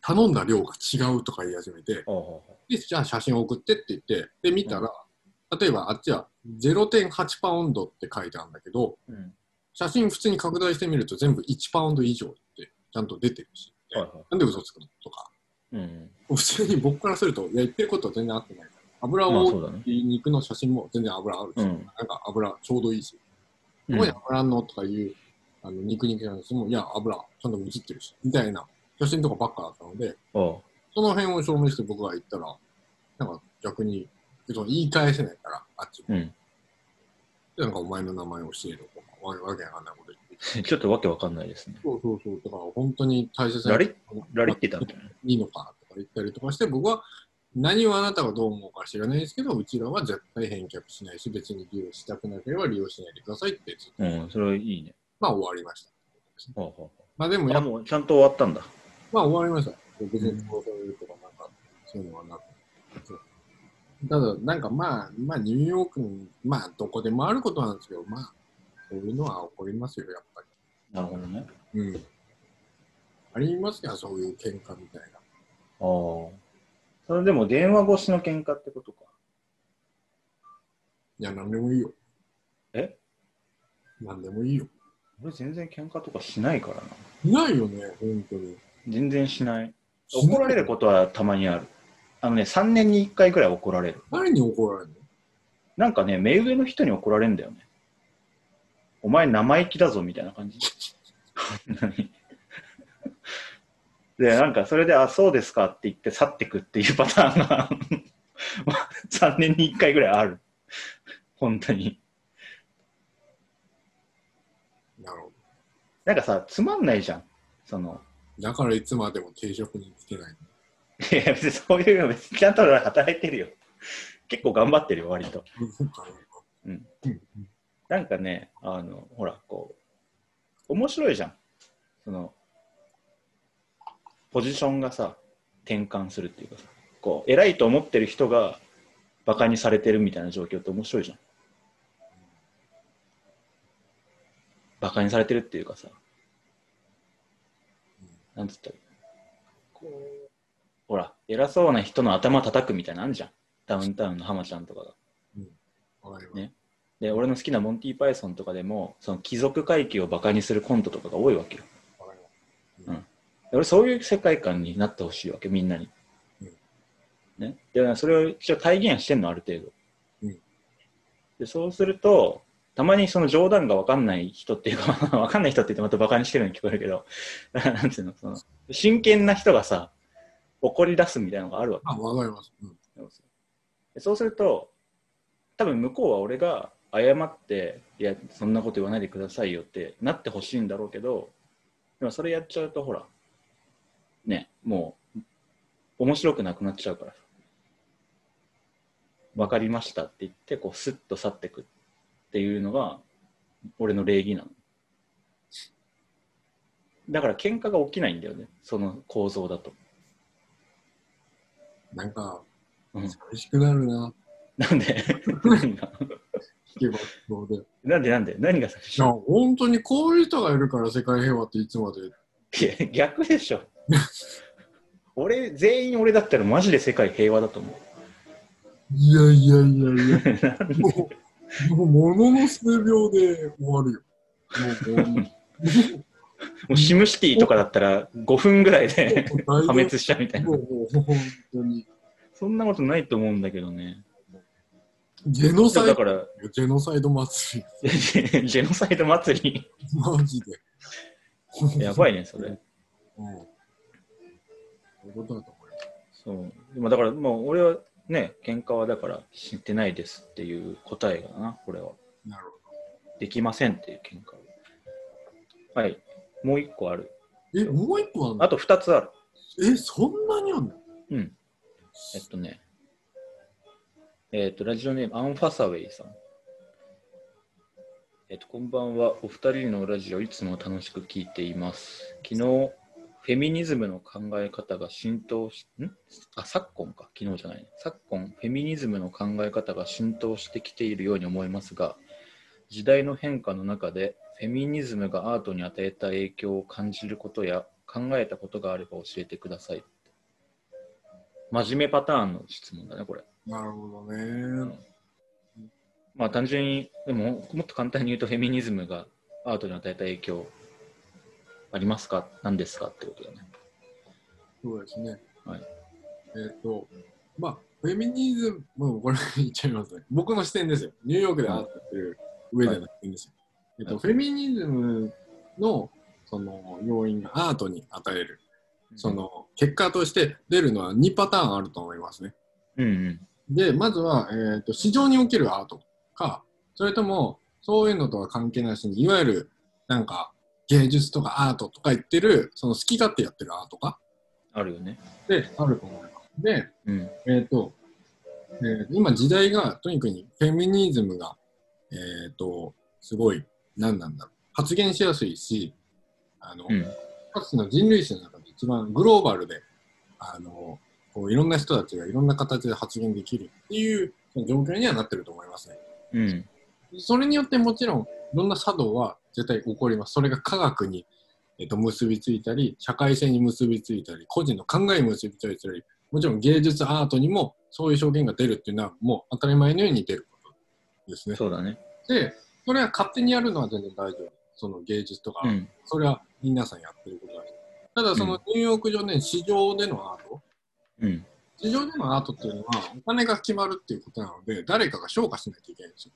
S1: 頼んだ量が違うとか言い始めて
S2: あああ
S1: で、じゃあ写真送ってって言って、で、見たら、例えばあっちは0.8パウンドって書いてあるんだけど、
S2: あうん
S1: 写真普通に拡大してみると全部1パウンド以上ってちゃんと出てるし、
S2: はいは
S1: なんで嘘つくのとか、
S2: いうん
S1: 普通に僕からすると、いや、言ってることは全然合ってないから。油
S2: まあ
S1: を、
S2: そうだね
S1: 肉の写真も全然油あるし、
S2: うん
S1: なんか油ちょうどいいし、ど
S2: うん
S1: こに油あんのとかいう、あの肉肉の写真も、いや、油ちゃんと写ってるし、みたいな写真とかばっかだったので、
S2: あ
S1: その辺を証明して僕が言ったら、なんか逆に、その言い返せないから、あっちも。
S2: うん
S1: でなんかお前の名前を教えろとか、わわけわかんないこと言って。
S2: ちょっとわけわかんないですね
S1: そうそうそう。だから本当に大切な
S2: ラリラリってたんだよね
S1: いいのかとか言ったりとかして、僕は何をあなたがどう思うか知らないですけど、うちらは絶対返却しないし、別に利用したくなければ利用しないでくださいってずっと、
S2: うんそれはいいね
S1: まあ終わりました。
S2: あああ
S1: まあでも
S2: ああ
S1: やっぱ、
S2: もうちゃんと終わったんだ
S1: まあ終わりました。別に殺されるとかなんか、そういうのはなくそうただ、なんかまあ、まあニューヨークに、まあどこでもあることなんですけど、まあ、そういうのは起こりますよ、やっぱ
S2: なるほどね
S1: り。うん。ありますよ、そういう喧嘩みたいな。
S2: ああそれでも電話越しの喧嘩ってことか
S1: いや、なんでもいいよ。
S2: え
S1: なんでもいいよ。
S2: 俺全然喧嘩とかしないからない
S1: ないよね、本当に。
S2: 全然しない怒られることはたまにある。あのね、3年に1回くらい怒られる。
S1: 誰に怒られるの
S2: なんかね、目上の人に怒られるんだよね。お前生意気だぞみたいな感じ。何で、なんかそれで、あ、そうですかって言って去ってくっていうパターンが 3年に1回くらいある。本当に。
S1: なるほ
S2: なんかさ、つまんないじゃん。その、
S1: ど。だからいつまでも定職につけない。
S2: いや、別にそういうの別にちゃんと俺働いてるよ。結構頑張ってるよ、割と。
S1: そうかな
S2: うん
S1: うん
S2: なんかね、あの、ほら、こう、面白いじゃん。その、ポジションがさ、転換するっていうかさ、こう、偉いと思ってる人が、バカにされてるみたいな状況って面白いじゃん。バカにされてるっていうかさ、なんつったらいいこほら、偉そうな人の頭叩くみたいなのあんじゃん。ダウンタウンの浜ちゃんとかが。
S1: あれは
S2: ねで、俺の好きなモンティ・パイソンとかでも、その貴族階級をバカにするコントとかが多いわけよ。
S1: あれは
S2: で俺、そういう世界観になってほしいわけ、みんなに
S1: うん。
S2: ね、でそれを一応体現してんの、ある程度。
S1: うん
S2: でそうすると、たまにその冗談が分かんない人っていうか、 分かんない人って言ってまたバカにしてるように聞こえるけど、 なんていうの、その真剣な人がさ、怒り出すみたいなのがあるわけ
S1: あ、わかります。うん。
S2: なんですよでそうすると多分向こうは俺が謝って「いやそんなこと言わないでくださいよ」ってなってほしいんだろうけどでもそれやっちゃうとほらねもう面白くなくなっちゃうから「分かりました」って言ってこうスッと去ってくっていうのが俺の礼儀なのだから喧嘩が起きないんだよねその構造だと
S1: なんか、
S2: うん
S1: 寂しくなるな。
S2: なんで何
S1: 聞
S2: が
S1: けばそうで。い
S2: なんでなんで何が寂しい
S1: や、本当にこういう人がいるから世界平和っていつまで。
S2: いや逆でしょ俺全員俺だったらマジで世界平和だと思
S1: いやいやいやいや。
S2: うなん で
S1: もう、もうものの数秒で終わるよ。もう、もう、
S2: もうシムシティとかだったら5分ぐらいで
S1: もう
S2: 破滅しちゃうみたいな
S1: もう、もう、本当に。
S2: そんなことないと思うんだけどね
S1: ジェノサ
S2: だ
S1: イ
S2: か
S1: ド、
S2: ら
S1: ジェノサイド祭
S2: ジェジェノサイド祭
S1: り。マジ
S2: り
S1: で。
S2: やば
S1: い。
S2: いねそれ
S1: うん。そういうことだと思います。
S2: そうでもだからもう俺はね喧嘩はだから知ってないですっていう答えがなこれは
S1: なるほ
S2: できませんっていう喧嘩ははいもう1個ある
S1: ど。え、もう一個あるの
S2: あと2つある
S1: え、そんなにあんの
S2: うんえっとね、えっと、ラジオネーム、アン・ファサウェイさん。えっと、こんばんは。お二人のラジオ、いつも楽しく聞いています。昨日、フェミニズムの考え方が浸透し、んあ、昨今か。昨日じゃないね。昨今、フェミニズムの考え方が浸透してきているように思いますが、時代の変化の中で、フェミニズムがアートに与えた影響を感じることや考えたことがあれば教えてください。真面目パターンの質問だね、これ。
S1: なるほどね。
S2: まあ単純に、でももっと簡単に言うと、フェミニズムがアートに与えた影響ありますか何ですかってことだね。
S1: そうですね。
S2: はい。
S1: えっ、と、まあ、フェミニズム、もうこれ言っちゃいますね。僕の視点ですよ。ニューヨークで会ってる上での視点ですよ。えっ、と、
S2: はい
S1: フェミニズムの、その、要因がアートに与える。そ、の、結果として出るのは2パターンあると思いますね。
S2: うんうん。
S1: で、まずは、えっ、と、市場におけるアートか、それとも、そういうのとは関係なしに、いわゆる、なんか、芸術とかアートとか言ってる、その好き勝手やってるアートか
S2: あるよね。
S1: で、あると思います。で、
S2: うん。
S1: えっ、と、えー今時代がとにかくにフェミニズムが、えっ、と、すごい、何なんだろう。発言しやすいし、あの、
S2: うん。
S1: かつての人類史の中で一番グローバルで、あの、こういろんな人たちがいろんな形で発言できるっていうその状況にはなってると思いますね。
S2: うん。
S1: それによってもちろんいろんな作動は絶対起こります。それが科学に、えっと結びついたり、社会性に結びついたり、個人の考えに結びついたり、もちろん芸術アートにもそういう証言が出るっていうのはもう当たり前のように出ることですね。
S2: そうだね。
S1: で、それは勝手にやるのは全然大丈夫。その芸術とか、
S2: うん。
S1: それは皆さんやってることだし。ただそのニューヨーク上で市場でのアート、
S2: うん。
S1: 市場でのアートっていうのはお金が決まるっていうことなので、誰かが評価しないといけないんですよ。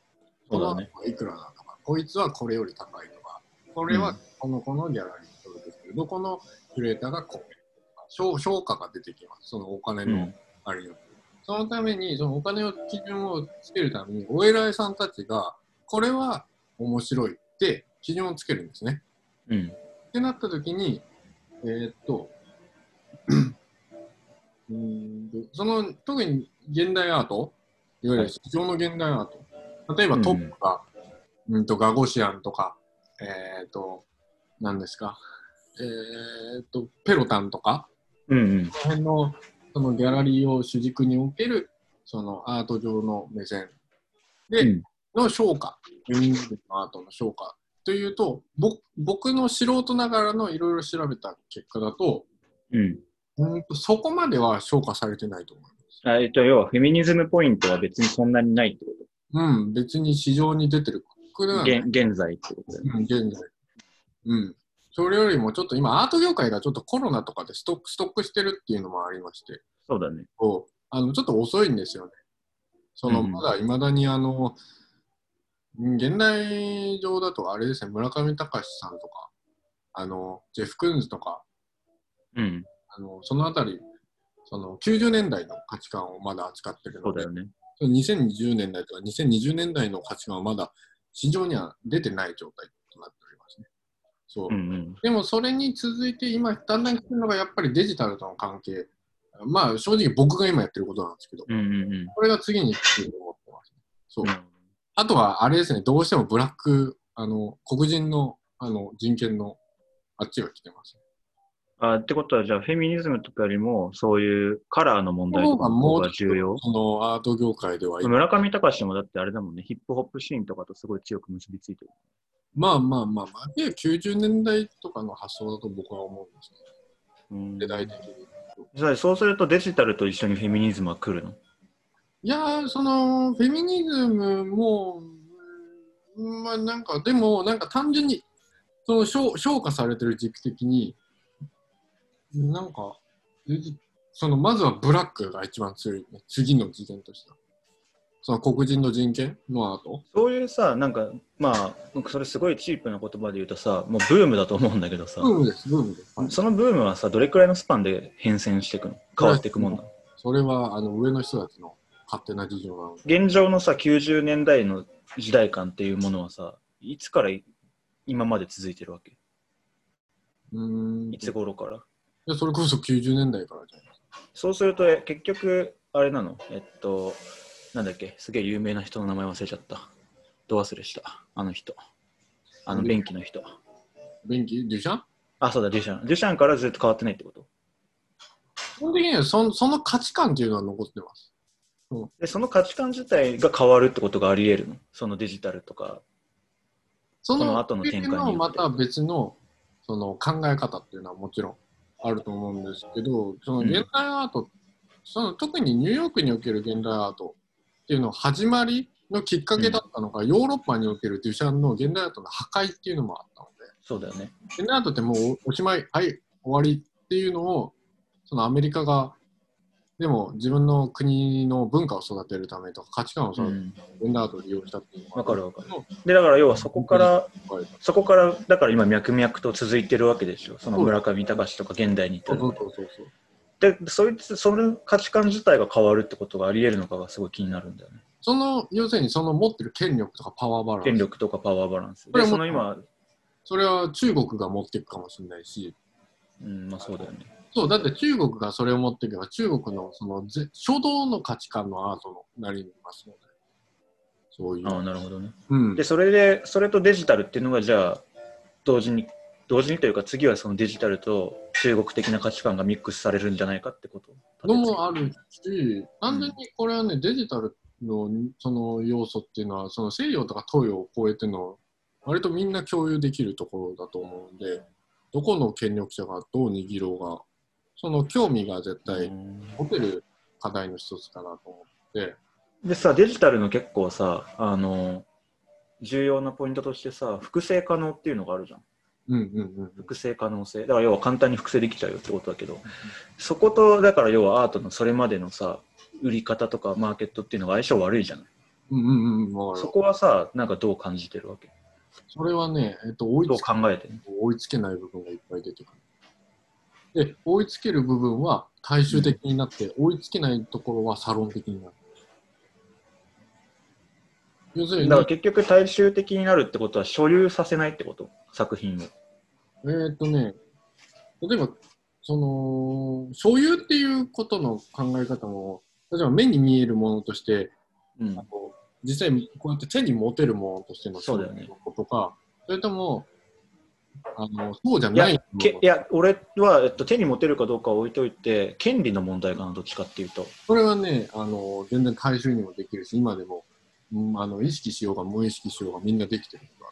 S1: こ
S2: そう
S1: の
S2: だ
S1: アー
S2: ね。
S1: トはいくらだとか、こいつはこれより高いとか、これはこのこのギャラリーとですけど、このキュレーターがこれとか評評価が出てきます、そのお金
S2: う
S1: の
S2: ん。
S1: あれによって。そのために、そのお金を基準をつけるために、お偉いさんたちが、これは面白いって基準をつけるんですね。
S2: うん。
S1: ってなった時に、えーっと、 うーんとその特に現代アート、いわゆる市場の現代アート、例えばトップが、うん、とガゴシアンとか、えーっと、何ですか、えーっと、ペロタンとか、
S2: うんうん。
S1: この辺のそのギャラリーを主軸におけるそのアート上の目線で、
S2: うん
S1: の評価、ユニークのアートの評価というと、ぼ僕の素人ながらのいろいろ調べた結果だと、
S2: うん。
S1: うんとそこまでは消化されてないと思います。
S2: あえっと、要はフェミニズムポイントは別にそんなにないってこ
S1: うん、別に市場に出てる。これ
S2: と。
S1: は、
S2: 現現在ってことだよね
S1: うん、現在。うん。それよりもちょっと今、アート業界がちょっとコロナとかでストックストックしてるっていうのもありまして、
S2: そうだね。
S1: こうあのちょっと遅いんですよね。その、
S2: うん
S1: まだいまだにあの、うん現代上だとあれですね、村上隆さんとか、あの、ジェフ・クンズとか、
S2: うん。
S1: あのそのあたり、その90年代の価値観をまだ扱ってる
S2: そ
S1: の
S2: うだ
S1: で
S2: よ、ね。
S1: 2020年代とか2020年代の価値観はまだ市場には出てない状態となっておりますね。そう。
S2: うんうん。
S1: でもそれに続いて今だんだん来てるのがやっぱりデジタルとの関係。まあ正直僕が今やってることなんですけど、
S2: うんうんうん。
S1: これが次に来ると思ってます、ね。そう
S2: な。るほ
S1: あとはあれですね、どうしてもブラック、あの、黒人のあの人権のあっちが来てます。
S2: どあってことは、じゃあ、フェミニズムとかよりも、そういうカラーの問題とかの方が重要
S1: そのアート業界では今
S2: 村上隆もだってあれだもんね、ヒップホップシーンとかとすごい強く結びついてる。
S1: まあまあまあまあ、で90年代とかの発想だと僕は思うんですけど、
S2: うん
S1: 世代的に。
S2: それそうするとデジタルと一緒にフェミニズムは来るの
S1: いやー、その、フェミニズムも、うんまあなんか、でも、なんか単純に、その、消消化されてる軸的に、なんか、デジその、まずはブラックが一番強い、ね、次の事件としては。その、黒人の人権のアート。
S2: そういうさ、なんか、まあ、僕それすごいチープな言葉で言うとさ、もうブームだと思うんだけどさ、
S1: ブームです、ブームです。はい
S2: そのブームはさ、どれくらいのスパンで変遷していくの変わっていくもんなの
S1: それは、あの、上の人たちの勝手な事情なので。
S2: 現状のさ、90年代の時代感っていうものはさ、いつからい今まで続いてるわけ
S1: うーん。
S2: いつ頃から
S1: いやそれこそ90年代からじゃない
S2: そうすると、え結局、あれなのえっと、なんだっけすげえ有名な人の名前忘れちゃった。ど忘れした。あの人。あの、便器の人。
S1: 便器デュシャン
S2: あ、そうだ、デュシャン。デュシャンからずっと変わってないってこと
S1: 基本的にはそその価値観っていうのは残ってます。
S2: で、その価値観自体が変わるってことがあり得るのそのデジタルとか。
S1: そ
S2: この後の展開によって
S1: また別のその考え方っていうのはもちろんあると思うんですけど、その現代アート、その特にニューヨークにおける現代アートっていうのは始まりのきっかけだったのが、ヨーロッパにおけるデュシャンの現代アートの破壊っていうのもあったので、
S2: そうだよね。
S1: 現代アートってもうおおしまい、はい、終わりっていうのを、そのアメリカが、でも自分の国の文化を育てるためとか価値観を
S2: う
S1: 育てる
S2: ん。
S1: 現代アートを利用したっていうのが
S2: わかるわかる。で、だから要はそこから、
S1: はい
S2: そこから、だから今脈々と続いてるわけでしょ。その村上隆とか現代に
S1: そ
S2: 至
S1: う
S2: る
S1: そ
S2: ま
S1: う
S2: で。
S1: そうそうそう。
S2: で、そいつ、その価値観自体が変わるってことがあり得るのかがすごい気になるんだよね。
S1: その、要するにその持ってる権力とかパワーバランス。
S2: 権力とかパワーバランス。
S1: これはも
S2: で、そうの今、
S1: それは中国が持っていくかもしれないし、
S2: うん、まあそうだよね。
S1: そう、だって中国がそれを持っていけば、中国のそのぜ初動の価値観のアートになりますので、そうい
S2: ああ、
S1: う。
S2: なるほどね。
S1: うん
S2: で、、それで、それとデジタルっていうのが、じゃあ、同時に、同時にというか、次はそのデジタルと中国的な価値観がミックスされるんじゃないかってこと。
S1: のもあるし、単純にこれはね、デジタルのその要素っていうのは、その西洋とか東洋を超えての、割とみんな共有できるところだと思うんで、どこの権力者がどう握ろうが、その興味が絶対、
S2: うん
S1: 持てる課題の一つかなと思って、
S2: でさ、デジタルの結構さ、あの、重要なポイントとしてさ、複製可能っていうのがあるじゃん。
S1: うんうんうん、
S2: 複製可能性。だから要は簡単に複製できちゃうよってことだけど、そこと、だから要はアートのそれまでのさ、売り方とかマーケットっていうのが相性悪いじゃない。
S1: うんうんうん、わか
S2: そ
S1: る。
S2: こはさ、なんかどう感じてるわけ
S1: それはね、えっと、追い
S2: どう
S1: つけ
S2: 考えてる
S1: 追いつけない部分がいっぱい出てくる。で、追いつける部分は大衆的になって、追いつけないところはサロン的になる。要するに、
S2: だから結局大衆的になるってことは所有させないってこと作品を。
S1: えーっとね、例えば、その、所有っていうことの考え方も、例えば目に見えるものとして、
S2: うん
S1: あの実際にこうやって手に持てるものとしての
S2: そうだよね
S1: ことか、それとも、あのそうじゃ
S2: いや
S1: ないもの
S2: けいや俺は、えっと、手に持てるかどうかは置いといて権利の問題かなどっちかっていうと
S1: それはねあの、全然大衆にもできるし、今でも、うんあの意識しようが無意識しようがみんなできてるか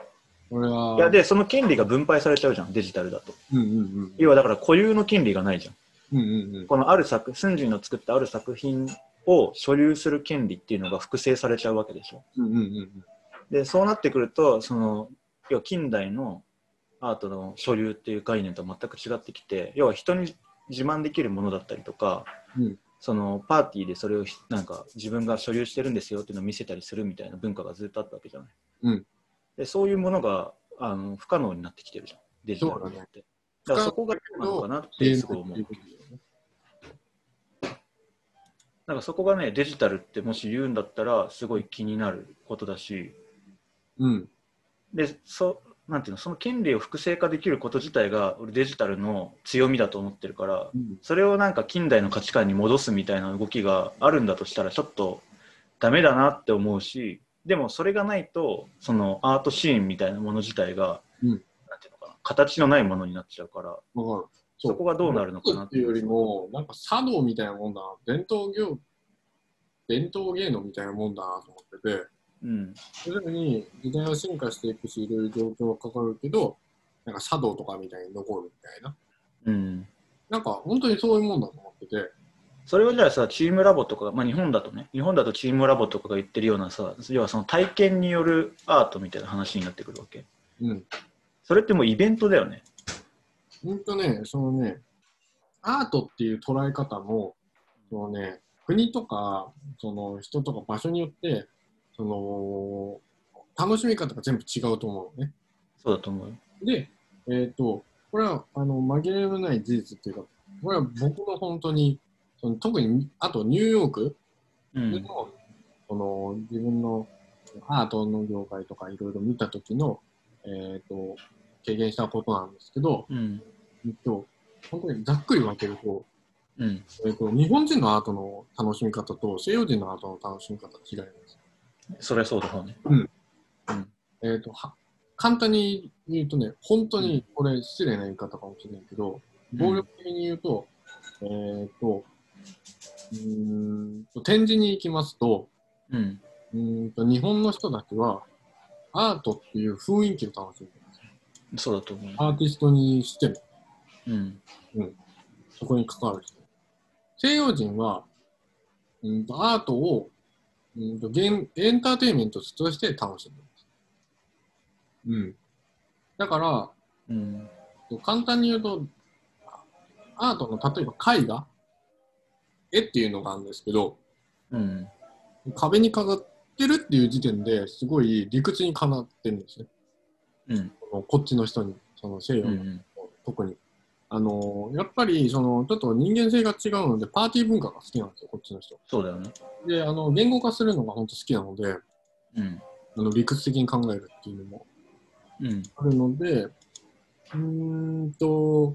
S1: ら。これは。
S2: いや、で、その権利が分配されちゃうじゃん、デジタルだと。
S1: うんうん
S2: 要はだから固有の権利がないじゃん。
S1: うん。うんうんうん。
S2: このある作、スンジンの作ったある作品を所有する権利っていうのが複製されちゃうわけでしょ。
S1: うんうんうん
S2: で、そうなってくると、その、要は近代のアートの所有っていう概念とは全く違ってきて、要は人に自慢できるものだったりとか、
S1: うん
S2: そのパーティーでそれをひなんか自分が所有してるんですよっていうのを見せたりするみたいな文化がずっとあったわけじゃない。
S1: うん
S2: でそういうものがあの不可能になってきてるじゃん、デジタルになって。だからそこがどうなのかなってすごい思う。なんかそこがね、デジタルってもし言うんだったら、すごい気になることだし、
S1: うん。
S2: で、そなんていうの、その権利を複製化できること自体が、俺デジタルの強みだと思ってるから
S1: う、ん。
S2: それをなんか近代の価値観に戻すみたいな動きがあるんだとしたら、ちょっとダメだなって思うし、でもそれがないと、そのアートシーンみたいなもの自体が、
S1: うん
S2: なんていうのかな、形のないものになっちゃうから、
S1: わかる。
S2: そこがどうなるのかな
S1: っていうよりも、なんか茶道みたいなもんだな、伝統業、伝統芸能みたいなもんだなと思ってて、
S2: うん、
S1: 徐々に時代は進化していくし、いろいろ状況はかかるけど、なんか茶道とかみたいに残るみたいな。
S2: うん。
S1: なんか本当にそういうもんだと思ってて、
S2: それをじゃあさ、チームラボとか、まあ、日本だとね、日本だとチームラボとかが言ってるようなさ、要はその体験によるアートみたいな話になってくるわけ。
S1: うん。
S2: それってもうイベントだよね。
S1: ほんとね、そのね、アートっていう捉え方も、そのね、国とか、その人とか場所によって、その、楽しみ方が全部違うと思うのね。
S2: そうだと思うよ。
S1: で、えっ、と、これはあの紛れもない事実っていうか、これは僕の本当に、その特に、あとニューヨーク
S2: う
S1: で
S2: ん。
S1: の、その自分のアートの業界とかいろいろ見た時の、えっ、と、経験したことなんですけど、
S2: うん。
S1: えっと、本当にざっくり分けると、
S2: うん。
S1: えっと、日本人のアートの楽しみ方と西洋人のアートの楽しみ方が違います。
S2: それはそうだろうね。
S1: うん。
S2: うん。
S1: えっ、とは、簡単に言うとね、本当にこれ失礼な言い方かもしれないけど、暴力的に言うと、えっ、と、うーんと、展示に行きますと、
S2: うん。
S1: うーんと、日本の人たちは、アートっていう雰囲気を楽しむ。
S2: そうだと思う。
S1: アーティストにしても、
S2: うん。
S1: そこに関わる人。西洋人は、うーんと、アートを、うーんと、ゲームエンターテインメントとして楽しんでます。うん。だから、
S2: うん。
S1: 簡単に言うと、アートの例えば絵画絵っていうのがあるんですけど、
S2: うん。
S1: 壁に飾ってるっていう時点ですごい理屈にかなってるんですね。
S2: うん。
S1: このこっちの人に、その西洋
S2: う
S1: の人、
S2: ん。
S1: 特に。あのーやっぱりそのちょっと人間性が違うのでパーティー文化が好きなんですよ、こっちの人。
S2: そうだよね。
S1: で、あの言語化するのが本当好きなので、
S2: うん。
S1: あの理屈的に考えるっていうのも
S2: うん。
S1: あるので、うーんと、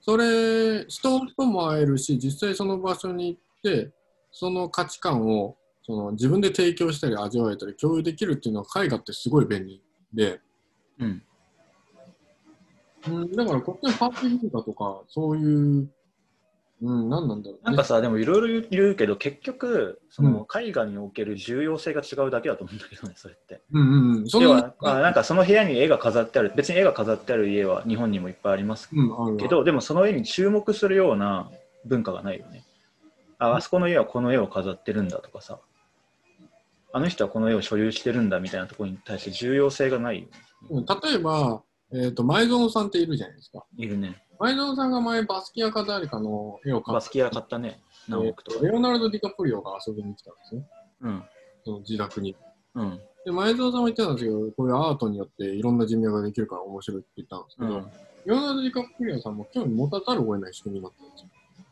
S1: それ、人とも会えるし、実際その場所に行って、その価値観をその自分で提供したり味わえたり共有できるっていうのは絵画ってすごい便利で、
S2: うん。
S1: うん、だからこっちのパーティー文化とか、そういう、うん、何なんだろう、ね。
S2: なんかさ、でもいろいろ言うけど、結局、その絵画における重要性が違うだけだと思うんだけどね、それって。
S1: うんうんうん、そ
S2: 要
S1: の
S2: はあなんかその部屋に絵が飾ってある別に絵が飾ってある家は日本にもいっぱいあります
S1: うん、ある
S2: け、どでもその絵に注目するような文化がないよねああそこの家はこの絵を飾ってるんだとかさあの人はこの絵を所有してるんだみたいなところに対して重要性がないよ
S1: うん例えば、えっ、と、前園さんっているじゃないですか。
S2: いるね
S1: 前園さんが前、バスキアか誰かの絵を描
S2: バ
S1: い
S2: スキア買ったね何億とか
S1: レオナルド・ディカプリオが遊びに来たんですね、
S2: うん
S1: その自宅に。
S2: うん
S1: で、前澤さんも言ってたんですけど、こういうアートによっていろんな人脈ができるから面白いって言ったんですけ
S2: う
S1: ど、
S2: ん
S1: レオナルド・ディカプリオさんも興味持たざるを得ない仕組みになってるんです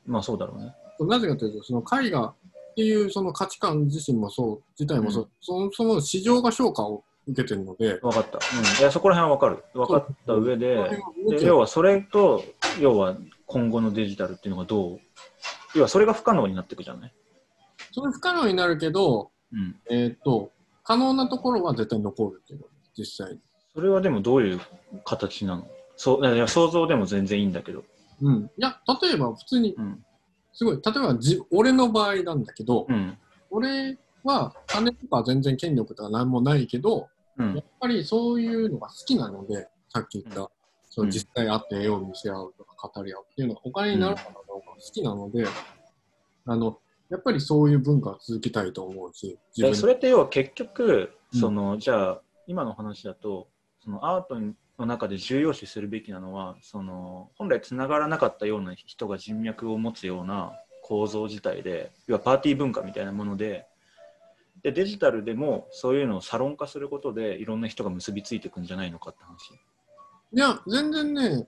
S2: まあそうだろうね
S1: よ。なぜかというと、その絵画っていうその価値観自身もそう、自体もそう、
S2: う
S1: そのその市場が評価を受けてるので、
S2: 分かった、うん、いやそこら辺は分かる分かった上で、で要はそれと要は今後のデジタルっていうのがどう要はそれが不可能になっていくじゃない、
S1: それ不可能になるけど、
S2: うん、
S1: えっ、と、可能なところは絶対残るっていうことです、実際に。
S2: それはでもどういう形なのそういや想像でも全然いいんだけど、
S1: うん。いや、例えば普通に、
S2: うん
S1: すごい、例えばじ俺の場合なんだけど、
S2: うん
S1: 俺は金とか全然権力とか何もないけど、
S2: うん
S1: やっぱりそういうのが好きなので、さっき言った、
S2: うん
S1: その実際会って絵を見せ合うとか語り合うっていうのがお金になるかどうか好きなので、あの、やっぱりそういう文化を続けたいと思うし、
S2: で
S1: 自
S2: そ
S1: 分
S2: れって要は結局
S1: うん
S2: その、じゃあ今の話だとそのアートの中で重要視するべきなのはその本来つながらなかったような人が人脈を持つような構造自体で要はパーティー文化みたいなものででデジタルでもそういうのをサロン化することでいろんな人が結びついていくんじゃないのかって話。
S1: いや、全然ね、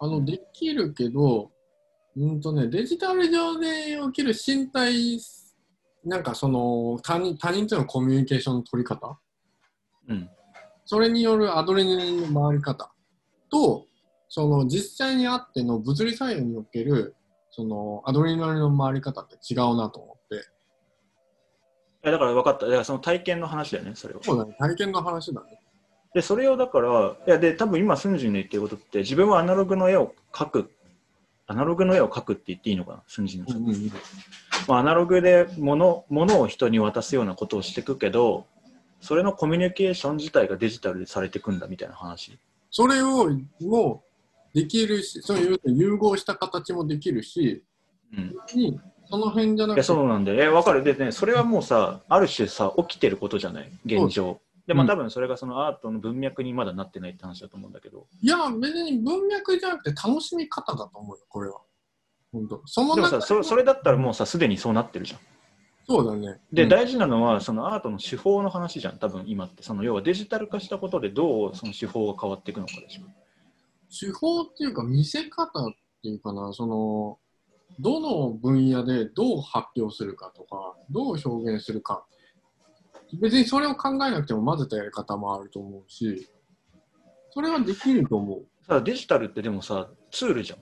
S1: あの、できるけど、うんとね、デジタル上で起きる身体、なんかその他人他人とのコミュニケーションの取り方
S2: うん
S1: それによるアドレナリンの回り方と、その実際にあっての物理作用における、そのアドレナリンの回り方って違うなと思って、
S2: いやだから分かっただからその体験の話だよねそれは。
S1: そうだね、体験の話だね。
S2: でそれをだからいやで多分今スンジンの言ってることって自分はアナログの絵を描くアナログの絵を描くって言っていいのかなスンジンの、
S1: うんうん
S2: まあ、アナログで物物を人に渡すようなことをしていくけどそれのコミュニケーション自体がデジタルでされていくんだみたいな話
S1: それをもうできるし、そういう融合した形もできるし、
S2: うん
S1: にその辺じゃないくて、
S2: やそうなんだよえ分かるでねそれはもうさある種さ起きてることじゃない現状でまあ
S1: うん
S2: 多分それがそのアートの文脈にまだなってないって話だと思うんだけど
S1: いや、別に文脈じゃなくて楽しみ方だと思うよ、これは。本当その
S2: でも
S1: 中
S2: さ
S1: で
S2: そそれだったらもうさすでにそうなってるじゃん
S1: そうだね。
S2: で、
S1: うん
S2: 大事なのはそのアートの手法の話じゃん多分今ってその要はデジタル化したことでどうその手法が変わっていくのかでしょ
S1: 手法っていうか見せ方っていうかなそのどの分野でどう発表するかとかどう表現するか別にそれを考えなくても混ぜたやり方もあると思うしそれはできると思う
S2: さあデジタルってでもさツールじゃん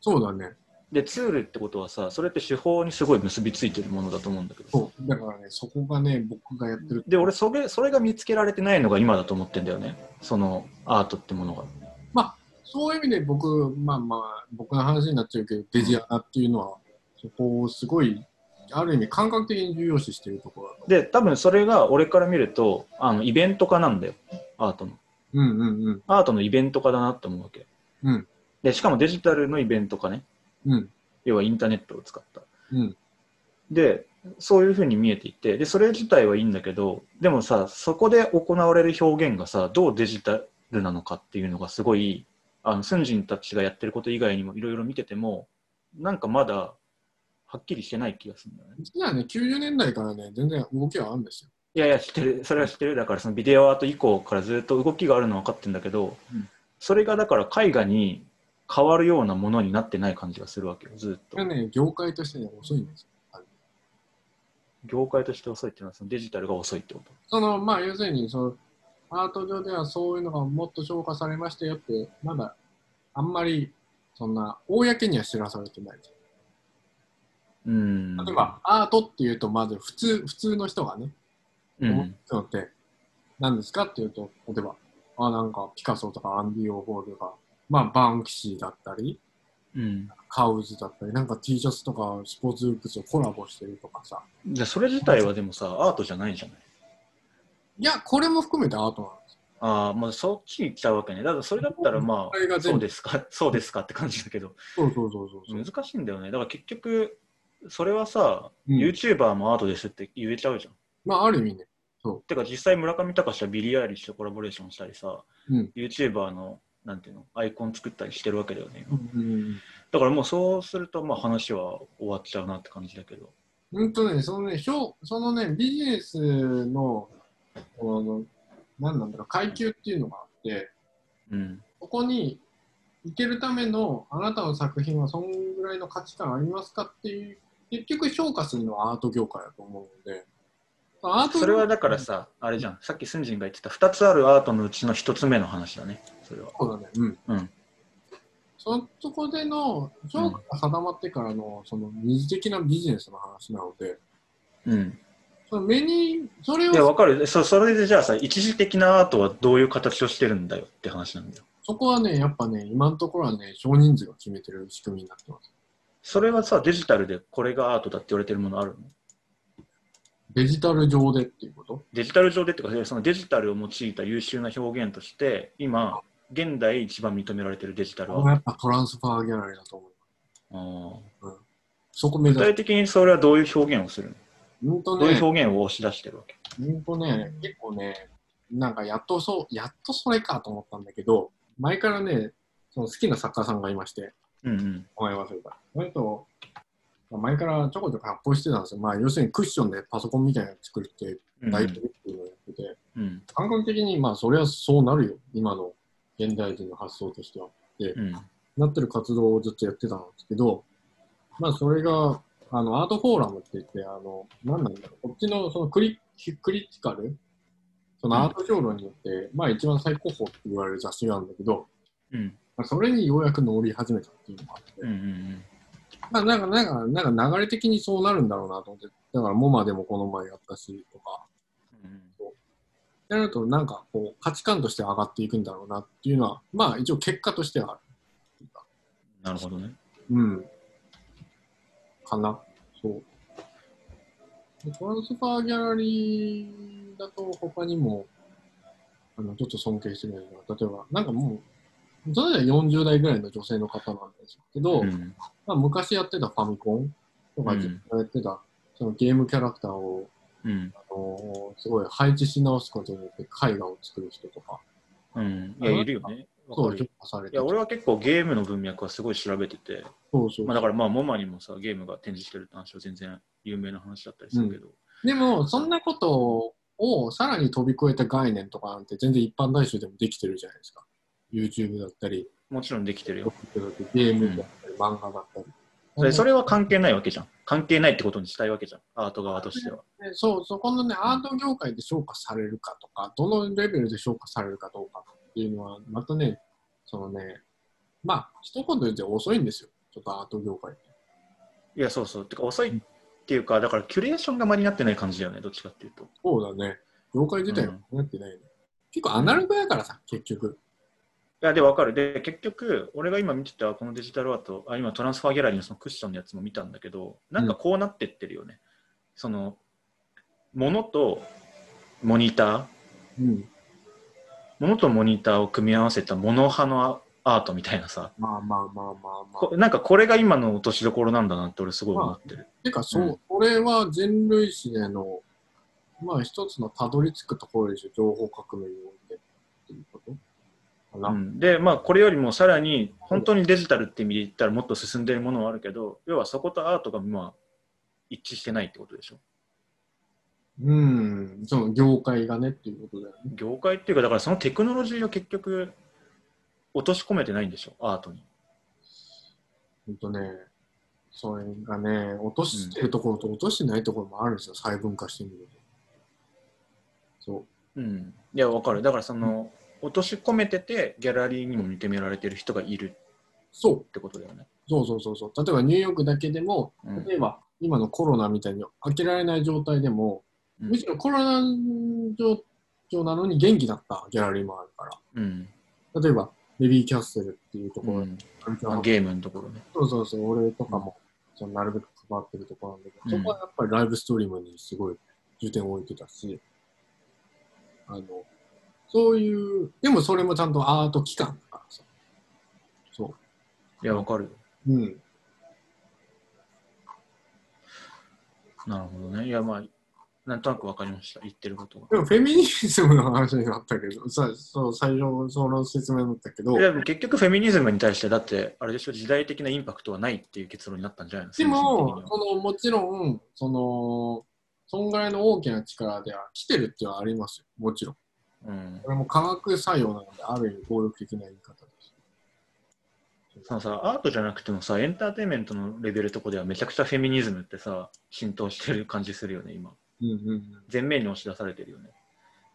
S1: そうだね
S2: でツールってことはさそれって手法にすごい結びついてるものだと思うんだけど
S1: そうだからねそこがね僕がやってる
S2: で俺それそれが見つけられてないのが今だと思ってんだよねそのアートってものが
S1: そういう意味で僕まあまあ僕の話になっちゃうけどデジアナっていうのはそこをすごいある意味感覚的に重要視してるところだと
S2: で多分それが俺から見るとあのイベント化なんだよアートの
S1: うんうんうん
S2: アートのイベント化だなって思うわけ
S1: うん
S2: でしかもデジタルのイベント化ね
S1: うん
S2: 要はインターネットを使った
S1: うん
S2: でそういうふうに見えていてでそれ自体はいいんだけどでもさそこで行われる表現がさどうデジタルなのかっていうのがすごいあのスンジンたちがやってること以外にもいろいろ見ててもなんかまだはっきりしてない気がするんだよね。
S1: 実はね90年代からね全然動きはあるんですよ
S2: いやいや知ってるそれは知ってるだからそのビデオアート以降からずっと動きがあるのは分かってんだけど、
S1: うん
S2: それがだから絵画に変わるようなものになってない感じがするわけよずっと
S1: これ。ね、業界としてね、遅いんですよ。
S2: 業界として遅いっていうのはそのデジタルが遅いってこと。
S1: その、まあ、要するに、その、アート上ではそういうのがもっと消化されましたよって、まだ、あんまり、そんな、公には知らされてない。
S2: うん
S1: 例えば、アートっていうと、まず、普通、普通の人がね、
S2: う
S1: 思って
S2: ん、
S1: るのって、何ですかっていうと、例えば、あ、なんか、ピカソとかアンディ・オーホールとか、まあ、バンクシーだったり、
S2: うん、
S1: カウズだったり、なんか T シャツとかスポーツグッズをコラボしてるとかさ。
S2: じゃあそれ自体はでもさアートじゃないじゃない
S1: いや、これも含めてアートなんですよ。
S2: ああまあそっちに来ちゃうわけねだからそれだったらま
S1: これが
S2: あそ
S1: 全
S2: う
S1: 部。
S2: ですか そうですかって感じだけど
S1: そうそうそうそうそう。
S2: 難しいんだよねだから結局それはさ、
S1: うん
S2: YouTuber もアートですって言えちゃうじゃん
S1: まあ、ある意味ね。
S2: てか実際村上隆はビリー・アイリッシュとコラボレーションしたりさ、
S1: うん
S2: YouTuber のなんていうのアイコン作ったりしてるわけだよね今
S1: うん
S2: だからもうそうするとまあ話は終わっちゃうなって感じだけど
S1: うんとね、そのね、ひょうそのね、ビジネスの、あの、なんなんだろう、階級っていうのがあって、
S2: うん
S1: ここに行けるための、あなたの作品はそんぐらいの価値観ありますかっていう、結局評価するのはアート業界だと思うので、アート業
S2: それはだからさあれじゃんさっきスンジンが言ってた2つあるアートのうちの1つ目の話だねそれは
S1: そうだね、うん。
S2: うん
S1: そのとこでの評価が定まってからの、その二次的なビジネスの話なので、
S2: うん
S1: その目に、それ
S2: いや、
S1: を、
S2: わかる。そそれでじゃあさ、一時的なアートはどういう形をしてるんだよって話なんだよ。
S1: そこはね、やっぱね、今のところはね、少人数が決めてる仕組みになってます。
S2: それはさ、デジタルでこれがアートだって言われてるものあるの
S1: デジタル上でっていうこと
S2: デジタル上でっていうか、そのデジタルを用いた優秀な表現として、今、現代一番認められてるデジタル
S1: これ
S2: は。
S1: やっぱトランスファーギャラリーだと思う。
S2: あー
S1: そこ目指
S2: 具
S1: す
S2: 体。的にそれはどういう表現をするの
S1: ほんと
S2: どうい
S1: ね
S2: う、表現を押し出してるわけ
S1: ほんとね、結構ね、なんかやっとそう、やっとそれかと思ったんだけど、前からね、その好きな作家さんがいまして、
S2: うんうん。
S1: お前忘れた。それと、前からちょこちょこ発泡してたんですよ。まあ、要するにクッションでパソコンみたいなの作るって
S2: うん
S1: 大事っていうのをやってて、
S2: うん。
S1: 感覚的に、まあ、そりゃそうなるよ。今の現代人の発想としては。
S2: うん。
S1: なってる活動をずっとやってたんですけど、まあ、それが、あの、アートフォーラムって言って、あの、なんなんだろう、こっちのそのクリクリティカル、そのアート評論によって、まあ、一番最高峰って言われる雑誌があるんだけど、
S2: うん。
S1: まあ、それにようやく乗り始めたっていうのがあって、
S2: うんうん
S1: まあ、なんか、なんか、なんか流れ的にそうなるんだろうなと思って、だから、モマでもこの前やったし、とか、
S2: うん。
S1: やると、なんか、こう、価値観として上がっていくんだろうなっていうのは、まあ、一応結果としてはある。
S2: なるほどね。
S1: うん。かな。そう。でトランスファーギャラリーだと他にも、あの、ちょっと尊敬してるやつが、例えば、なんかもう、それは40代ぐらいの女性の方なんですけど、
S2: うん。
S1: まあ、昔やってたファミコンとか
S2: うん
S1: 自分がやってた、そのゲームキャラクターを、
S2: うん。
S1: あのーすごい配置し直すことによって絵画を作る人とか、
S2: うん。いや、いるよね。
S1: そ
S2: わ
S1: う、
S2: かるよ
S1: 評価され
S2: い
S1: て
S2: や、
S1: た
S2: 俺は結構ゲームの文脈はすごい調べてて、
S1: そうそう
S2: まあ、だからまあ、モマにもさ、ゲームが展示してるって話は全然有名な話だったりするけど、
S1: でも、そんなことをさらに飛び越えた概念とかなんて全然一般大衆でもできてるじゃないですか。YouTube だったり、
S2: もちろんできてるよ。
S1: ゲームだったり、漫画だったり。
S2: でそれは関係ないわけじゃん。関係ないってことにしたいわけじゃん。アート側としては。
S1: でそう、そこのね、アート業界で評価されるかとか、どのレベルで評価されるかどうかっていうのは、またね、そのね、まあ、一言で言うと遅いんですよ。ちょっとアート業界って。
S2: いや、そうそう。てか、遅いっていうか、だから、キュレーションが間になってない感じだよね、どっちかっていうと。
S1: そうだね。業界自体はなってないね。結構アナログやからさ、結局。
S2: いやでわかるで結局俺が今見てたこのデジタルアートあ今トランスファーギャラリーのそのクッションのやつも見たんだけどなんかこうなってってるよね、そのものとモニター
S1: うん。
S2: ものとモニターを組み合わせたモノ派のアートみたいなさ
S1: まあまあまあまあまあ
S2: こ。なんかこれが今の落としどころなんだなって俺すごい思ってる、
S1: てか、そうう、これは人類史での、まあ一つのたどり着くところでしょ、情報革命においてっていうことかな。
S2: うん、でまあこれよりもさらに本当にデジタルって意味で言ったらもっと進んでるものはあるけど要はそことアートがまあ一致してないってことでしょ
S1: うん、その業界がねっていうことだよね。
S2: 業界っていうかだからそのテクノロジーを結局落とし込めてないんでしょアートに
S1: ほんとね、それがね、落としてるところと落としてないところもあるんですよ、細分化してみると。そう。
S2: うんいやわかるだからその、落とし込めててギャラリーにも認められてる人がいる
S1: そう
S2: ってことだよね、
S1: そうそうそうそう。例えばニューヨークだけでも、
S2: うん
S1: 例えば今のコロナみたいに開けられない状態でも、
S2: うん
S1: むしろコロナ状況なのに元気だったギャラリーもあるから。
S2: うん
S1: 例えば、ベビーキャッスルっていうところ、
S2: うん
S1: 環境
S2: まあ
S1: の
S2: ゲームのところね
S1: そうそうそう、俺とかも、そのなるべく関わってるところなんだけど、
S2: うん
S1: そこはやっぱりライブストリームにすごい重点を置いてたし、あの、そういう、でもそれもちゃんとアート機関だからさ。そ
S2: いやわかる
S1: う。うん。
S2: なるほどねいやまあなんとなくわかりました言ってること
S1: でもフェミニズムの話になったけど、さそう最初、その説明だったけど
S2: がい、やでも結局フェミニズムに対してだってあれでしょ時代的なインパクトはないっていう結論になったんじゃないの
S1: で
S2: 精神
S1: も
S2: 的、には
S1: そのもちろん、その、そんぐらいの大きな力では来てるっていうのはありますよ、もちろん。
S2: うん
S1: これも科学作用なので、ある意味暴力的な言い方です。
S2: そのさアートじゃなくてもさエンターテインメントのレベルとこではめちゃくちゃフェミニズムってさ浸透してる感じするよね今
S1: うんうん
S2: 全面に押し出されてるよね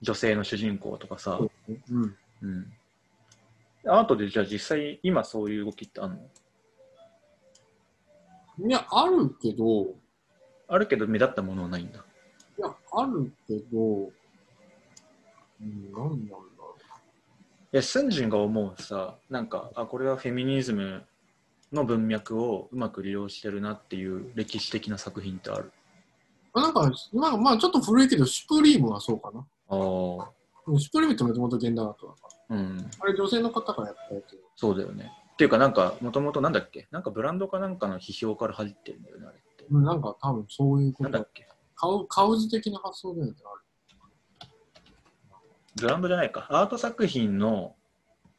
S2: 女性の主人公とかさ、
S1: うん。うん、
S2: うん、アートでじゃあ実際今そういう動きってあるの
S1: いや、あるけど、い
S2: あるけど目立ったものはないんだ
S1: や、あるけど、うん、なんなんだろ
S2: いやスンジンが思うさなんかあこれはフェミニズムの文脈をうまく利用してるなっていう歴史的な作品ってある
S1: あなんか、なんかまあちょっと古いけど、シュプリームはそうかな。
S2: ああ、
S1: うんシュプリームってもともと現代アートだから。
S2: うん、
S1: あれ女性の方がやったやつ。
S2: そうだよね。っていうか、なんか、もともとなんだっけなんかブランドかなんかの批評から入ってるんだよね、あれって。
S1: うんなんか多分そういうこ
S2: なんだ
S1: と。
S2: っけ
S1: 買う、買う字的な発想だよね。あれ
S2: ブランドじゃないか。アート作品の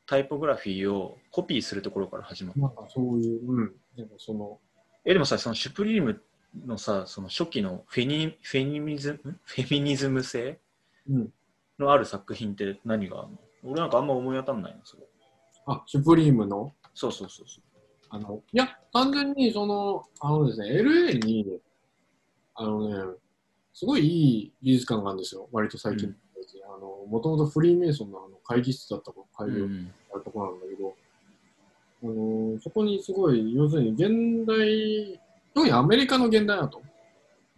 S2: タイポグラフィーをコピーするところから始まる。
S1: なんかそういう、うん。でもその、
S2: え、でもさ、そのシュプリームのさ、その初期のフェニフェニミズムフェミニズム性
S1: うん。
S2: のある作品って何があるの俺なんかあんま思い当たんないの、それ。
S1: あ、シュプリームの
S2: そうそうそうそう。
S1: あの、いや、単純にその、あのですね、LA に、あのね、すごいいい美術館があるんですよ、割と最近。
S2: う
S1: あの、もともとフリーメイソンのあの会議室だったこ会議を
S2: ん、
S1: やるところなんだけど、あのそこにすごい、要するに現代、特にアメリカの現代アート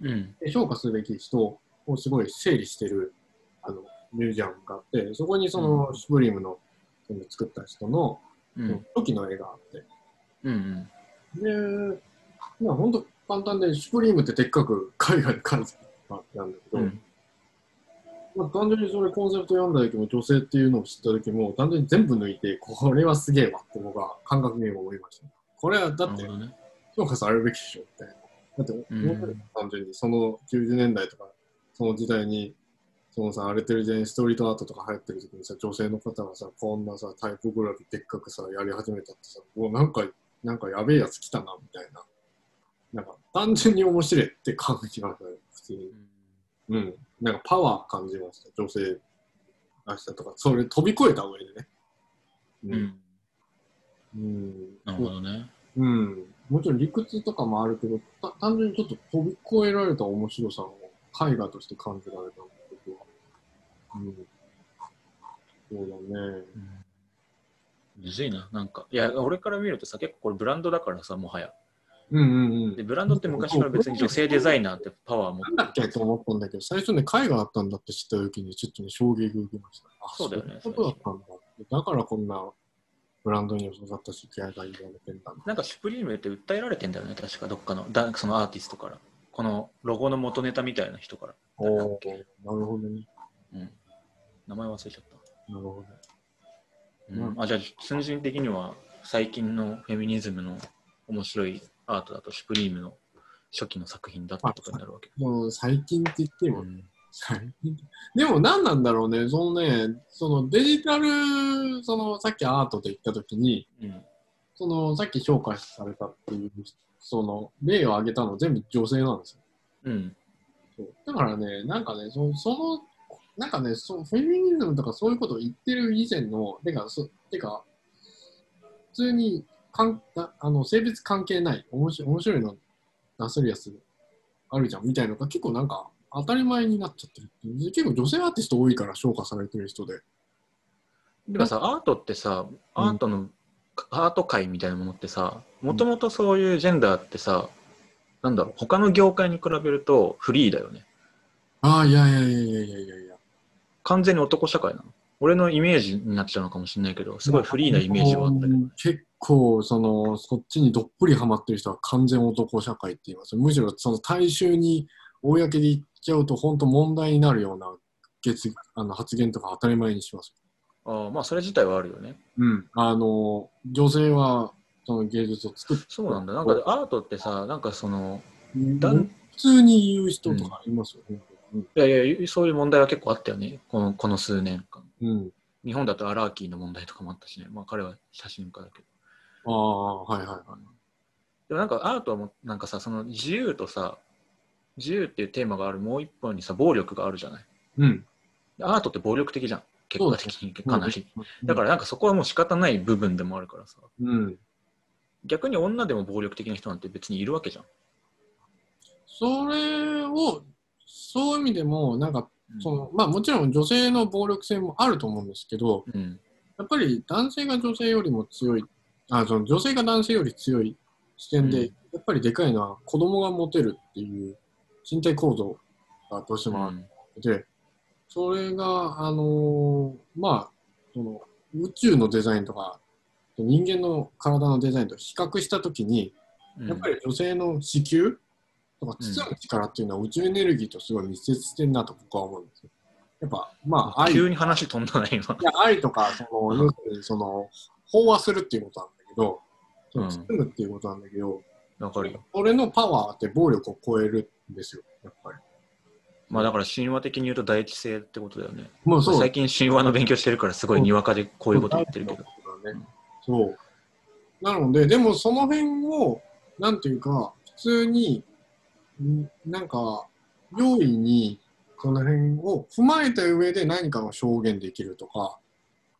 S2: うん、
S1: で評価すべき人をすごい整理してる、あの、ミュージアムがあって、そこにその、
S2: うん
S1: シュプリームの、その作った人の、
S2: う
S1: そ
S2: ん
S1: の、初期の絵があって、
S2: うん、うん。
S1: で、まあ本当簡単で、シュプリームってでっかく海外で書いてあったんだけど、
S2: うん
S1: まあ、単純にそれコンセプト読んだ時も女性っていうのを知った時も単純に全部抜いてこれはすげえわって僕は感覚に思いました。これはだ
S2: な
S1: っ
S2: る
S1: て
S2: ほどね。
S1: 評価されるべきでしょって。だって、
S2: ん
S1: 単純にその90年代とかその時代にそのさ荒れてる時代にストリートアートとか流行ってる時にさ女性の方がさこんなさタイプグラフでっかくさやり始めたってさもうなんかなんかやべえやつ来たなみたいななんか単純に面白いって感じがする普通にうんなんかパワー感じました女性らしさとかそれ飛び越えた上でね
S2: うん、
S1: うん、
S2: なるほどね。
S1: うん、もちろん理屈とかもあるけど、た単純にちょっと飛び越えられた面白さを絵画として感じられたんだけど、うん、そうだね。
S2: むずいな、なんか。いや、俺から見るとさ、結構これブランドだからさ、もはや。
S1: うんうんう
S2: で、
S1: ん。
S2: ブランドって昔から別に女性デザイナーってパワー持
S1: なんだっ
S2: って
S1: け
S2: る。
S1: と思ったんだけど、最初ね、絵画あったんだって知った時にちょっとね、衝撃を受けました。あ
S2: そうだよね
S1: そういうことだったんだ。だからこんなブランドに遅かったし、気合が入れられてんだな。
S2: なんか、シュプリームって訴えられてんだよね、確か、どっかの、だそのアーティストから。このロゴの元ネタみたいな人から。
S1: おーなるほどね。
S2: うん、名前忘れちゃっ
S1: なるほど。
S2: た。うんあじゃあ、純粋的には、最近のフェミニズムの面白いアートだと、シュプリームの初期の作品だったとかになるわけ。
S1: もう最近って言って
S2: う
S1: も、
S2: ん、
S1: でも何なんだろうね、そのね、そのデジタル、そのさっきアートで言ったときに、
S2: うん、
S1: そのさっき評価されたっていう、その例を挙げたの全部女性なんですよ。
S2: うん、
S1: そうだからね、なんかね、そその、なんかねそ、フェミニズムとかそういうことを言ってる以前の、てか、そてか普通にかんなあの性別関係ない、面白い面白いの出せるやつあるじゃんみたいなのが結構なんか当たり前になっちゃってるっていう。結構女性アーティスト多いから評価されてる人で。
S2: でもさ、アートってさ、アートの、アート界みたいなものってさ、もともとそういうジェンダーってさ、なんだろう、他の業界に比べるとフリーだよね。
S1: ああ、いやいやいやいやいやいやいや。
S2: 完全に男社会なの。俺のイメージになっちゃうのかもしれないけど、すごいフリーなイメージはあったけど、ね。
S1: 結構そのそっちにどっぷりハマってる人は完全男社会って言いますむしろその大衆に公で言っちゃうと本当問題になるような月あの発言とか当たり前にします
S2: ああまあ、それ自体はあるよね。
S1: うんあの女性はその芸術を作って
S2: そうなんだ。なんかアートってさ、なんかその、だん
S1: 普通に言う人とかいますよね、うん
S2: いやいや、そういう問題は結構あったよね。このこの数年間。
S1: うん、
S2: 日本だとアラーキーの問題とかもあったしね。まあ、彼は写真家だけど。
S1: ああはいはいはい
S2: でもなんかアートはもうなんかさその自由とさ自由っていうテーマがあるもう一本にさ暴力があるじゃない
S1: うん
S2: でアートって暴力的じゃん結果的にかなり、
S1: うん
S2: だからなんかそこはもう仕方ない部分でもあるからさ
S1: うん
S2: 逆に女でも暴力的な人なんて別にいるわけじゃん、
S1: それをそういう意味でもなんか
S2: うん、
S1: そのまあ、もちろん女性の暴力性もあると思うんですけど、
S2: うん
S1: やっぱり男性が女性よりも強い、あその女性が男性より強い視点で、
S2: うん
S1: やっぱりでかいのは子供が持てるっていう身体構造がどうして
S2: う
S1: もある
S2: ん
S1: ので、それが、あのーまあ、その宇宙のデザインとか、人間の体のデザインと比較したときに、
S2: うん
S1: やっぱり女性の子宮だから知性の力っていうのは宇宙エネルギーとすごい密接してんなと僕は思うんですよ。やっぱ、まあ、愛、い
S2: 急に話飛んだね、今。
S1: や愛とか、その、要するに、その、飽和するっていうことなんだけど、その
S2: うん
S1: 包むっていうことなんだけど、
S2: わかるよ。
S1: 俺のパワーって暴力を超えるんですよ、やっぱり。
S2: まあだから神話的に言うと第一性ってことだよね。
S1: まあそう
S2: 最近神話の勉強してるからすごいにわかでこういうこと言ってるけど。
S1: そう。なので、でもその辺を、なんていうか、普通に、んなんか、容易に、その辺を踏まえた上で何かを表現できるとか、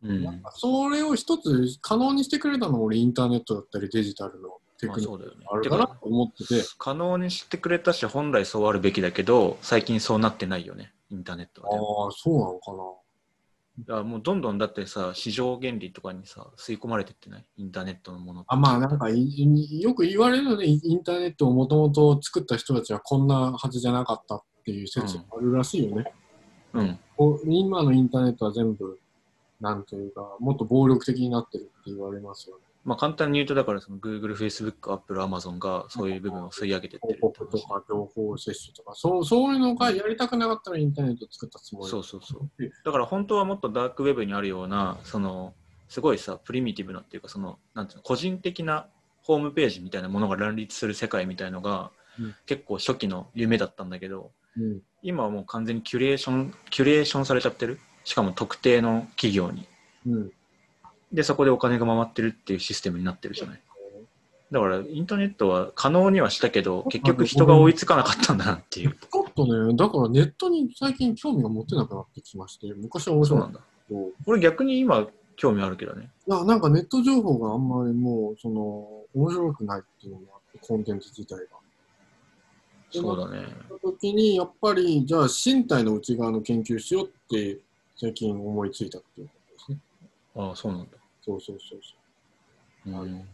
S2: う
S1: なん
S2: ん。
S1: かそれを一つ可能にしてくれたのは俺インターネットだったりデジタルのテ
S2: ま
S1: ク
S2: あ
S1: ニッ
S2: そ
S1: ク
S2: うだよね
S1: があ。る
S2: て
S1: かな
S2: か
S1: と思ってて、
S2: 可能にしてくれたし、本来そうあるべきだけど、最近そうなってないよね、インターネットはね。
S1: ああ、そうなのかな。
S2: だからもうどんどんだってさ、市場原理とかにさ、吸い込まれてってないインターネットのものって
S1: あまあなんかいいよく言われるよね、イインターネットをもともと作った人たちはこんなはずじゃなかったっていう説もあるらしいよね。
S2: うん。
S1: こう今のインターネットは全部、なんていうか、もっと暴力的になってるって言われますよね。
S2: まあ簡単に言うと、だからその Google、Facebook、Apple、Amazon がそういう部分を吸い上げてってる
S1: 広
S2: って
S1: 告と
S2: 話。
S1: か情報摂取とか、そうそういうのがやりたくなかったらインターネット作ったつもり。
S2: そうそうそう。だから本当はもっとダークウェブにあるような、その、すごいさ、プリミティブなっていうか、その、なんていうの、個人的なホームページみたいなものが乱立する世界みたいのが、
S1: うん
S2: 結構初期の夢だったんだけど、
S1: うん
S2: 今はもう完全にキュレーション、キュレーションされちゃってる。しかも特定の企業に。
S1: うん
S2: で、そこでお金が回ってるっていうシステムになってるじゃない。だから、インターネットは可能にはしたけど、結局人が追いつかなかったんだなっていう。
S1: ちょっとね、だからネットに最近興味が持てなくなってきまして、昔は面
S2: そ
S1: 白
S2: う
S1: か
S2: な
S1: っ
S2: ん
S1: た
S2: だ。
S1: けど、
S2: 俺逆に今、興味あるけどね。
S1: ななんかネット情報があんまりもう、その、面白くないっていうのがあって、コンテンツ自体が。
S2: そうだね。
S1: その時に、やっぱり、じゃあ身体の内側の研究しようって、最近思いついたっていうことですね。
S2: ああ、そうなんだ。
S1: そうそうそうそう。
S2: うん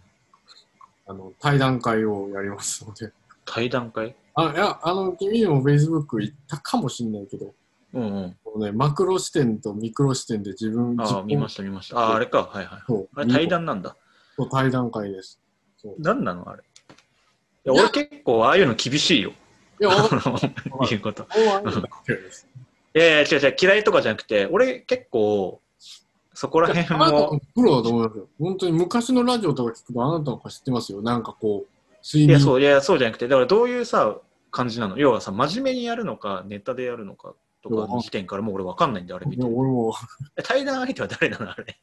S1: あの、対談会をやりますので。
S2: 対談会
S1: あ、いや、あの、君にも Facebook 行ったかもしんないけど、
S2: うんうん。
S1: このね、マクロ視点とミクロ視点で自分、
S2: ああ、見ま
S1: し
S2: した見ました。ああ、あれか。はいはい。
S1: そう
S2: あれ対談なんだ。
S1: そう対談会です。そう
S2: 何なのあれ。いや
S1: いや
S2: 俺結構ああいうの厳 しいよ。
S1: いや、わかる。
S2: あの言うこと。
S1: もうああいうのばっかりです。
S2: いやいや、違う違う。嫌いとかじゃなくて、俺結構、そこら
S1: いや
S2: 辺
S1: あなた
S2: も
S1: の、プロだと思いますよ。本当に昔のラジオとか聞くとあなたの方が知ってますよ。なんかこう、睡
S2: い
S1: 眠
S2: や、そう、いや、そうじゃなくて、だからどういうさ、感じなの要はさ、真面目にやるのか、ネタでやるのかとかの時点からもう俺わかんないんで、あれ見
S1: い
S2: て
S1: や。俺も、
S2: え対談相手は誰なのあれ。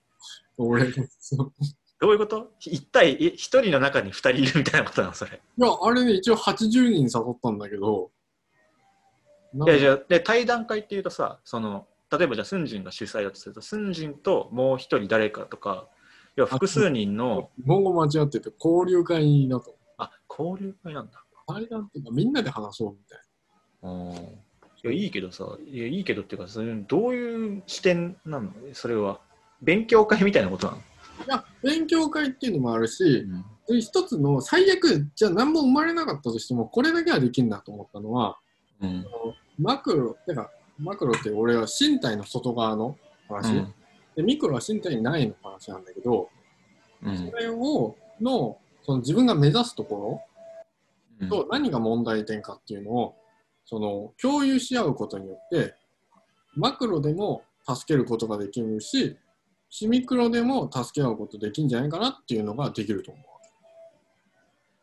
S1: 俺、そう
S2: どういうこと一対、一人の中に二人いるみたいなことなのそれ。
S1: いや、あれね、一応80人誘ったんだけど、なんか
S2: いやじゃあで対談会っていうとさその例えばじゃあスンジンが主催だとするとスンジンともう一人誰かとか要は複数人の
S1: 日本語間違ってて交流会だと。
S2: あ交流会なんだ
S1: 対談っていうか、みんなで話そうみたい
S2: いやいいけどさいやいいけどっていうかそれどういう視点なのそれは勉強会みたいなことなの、
S1: な。いや、勉強会っていうのもあるし、で一つの最悪、じゃあ何も生まれなかったとしても、これだけはできるなと思ったのは、
S2: うん
S1: マクロ、てか、マクロって俺は身体の外側の
S2: う
S1: 話、
S2: ん
S1: でミクロは身体にないの話なんだけど、
S2: うん
S1: それを、の、その自分が目指すとこ
S2: うん
S1: ろと何が問題点かっていうのを、その、共有し合うことによって、マクロでも助けることができるし、シミクロでも助け合うことできるんじゃないかなっていうのができると思う。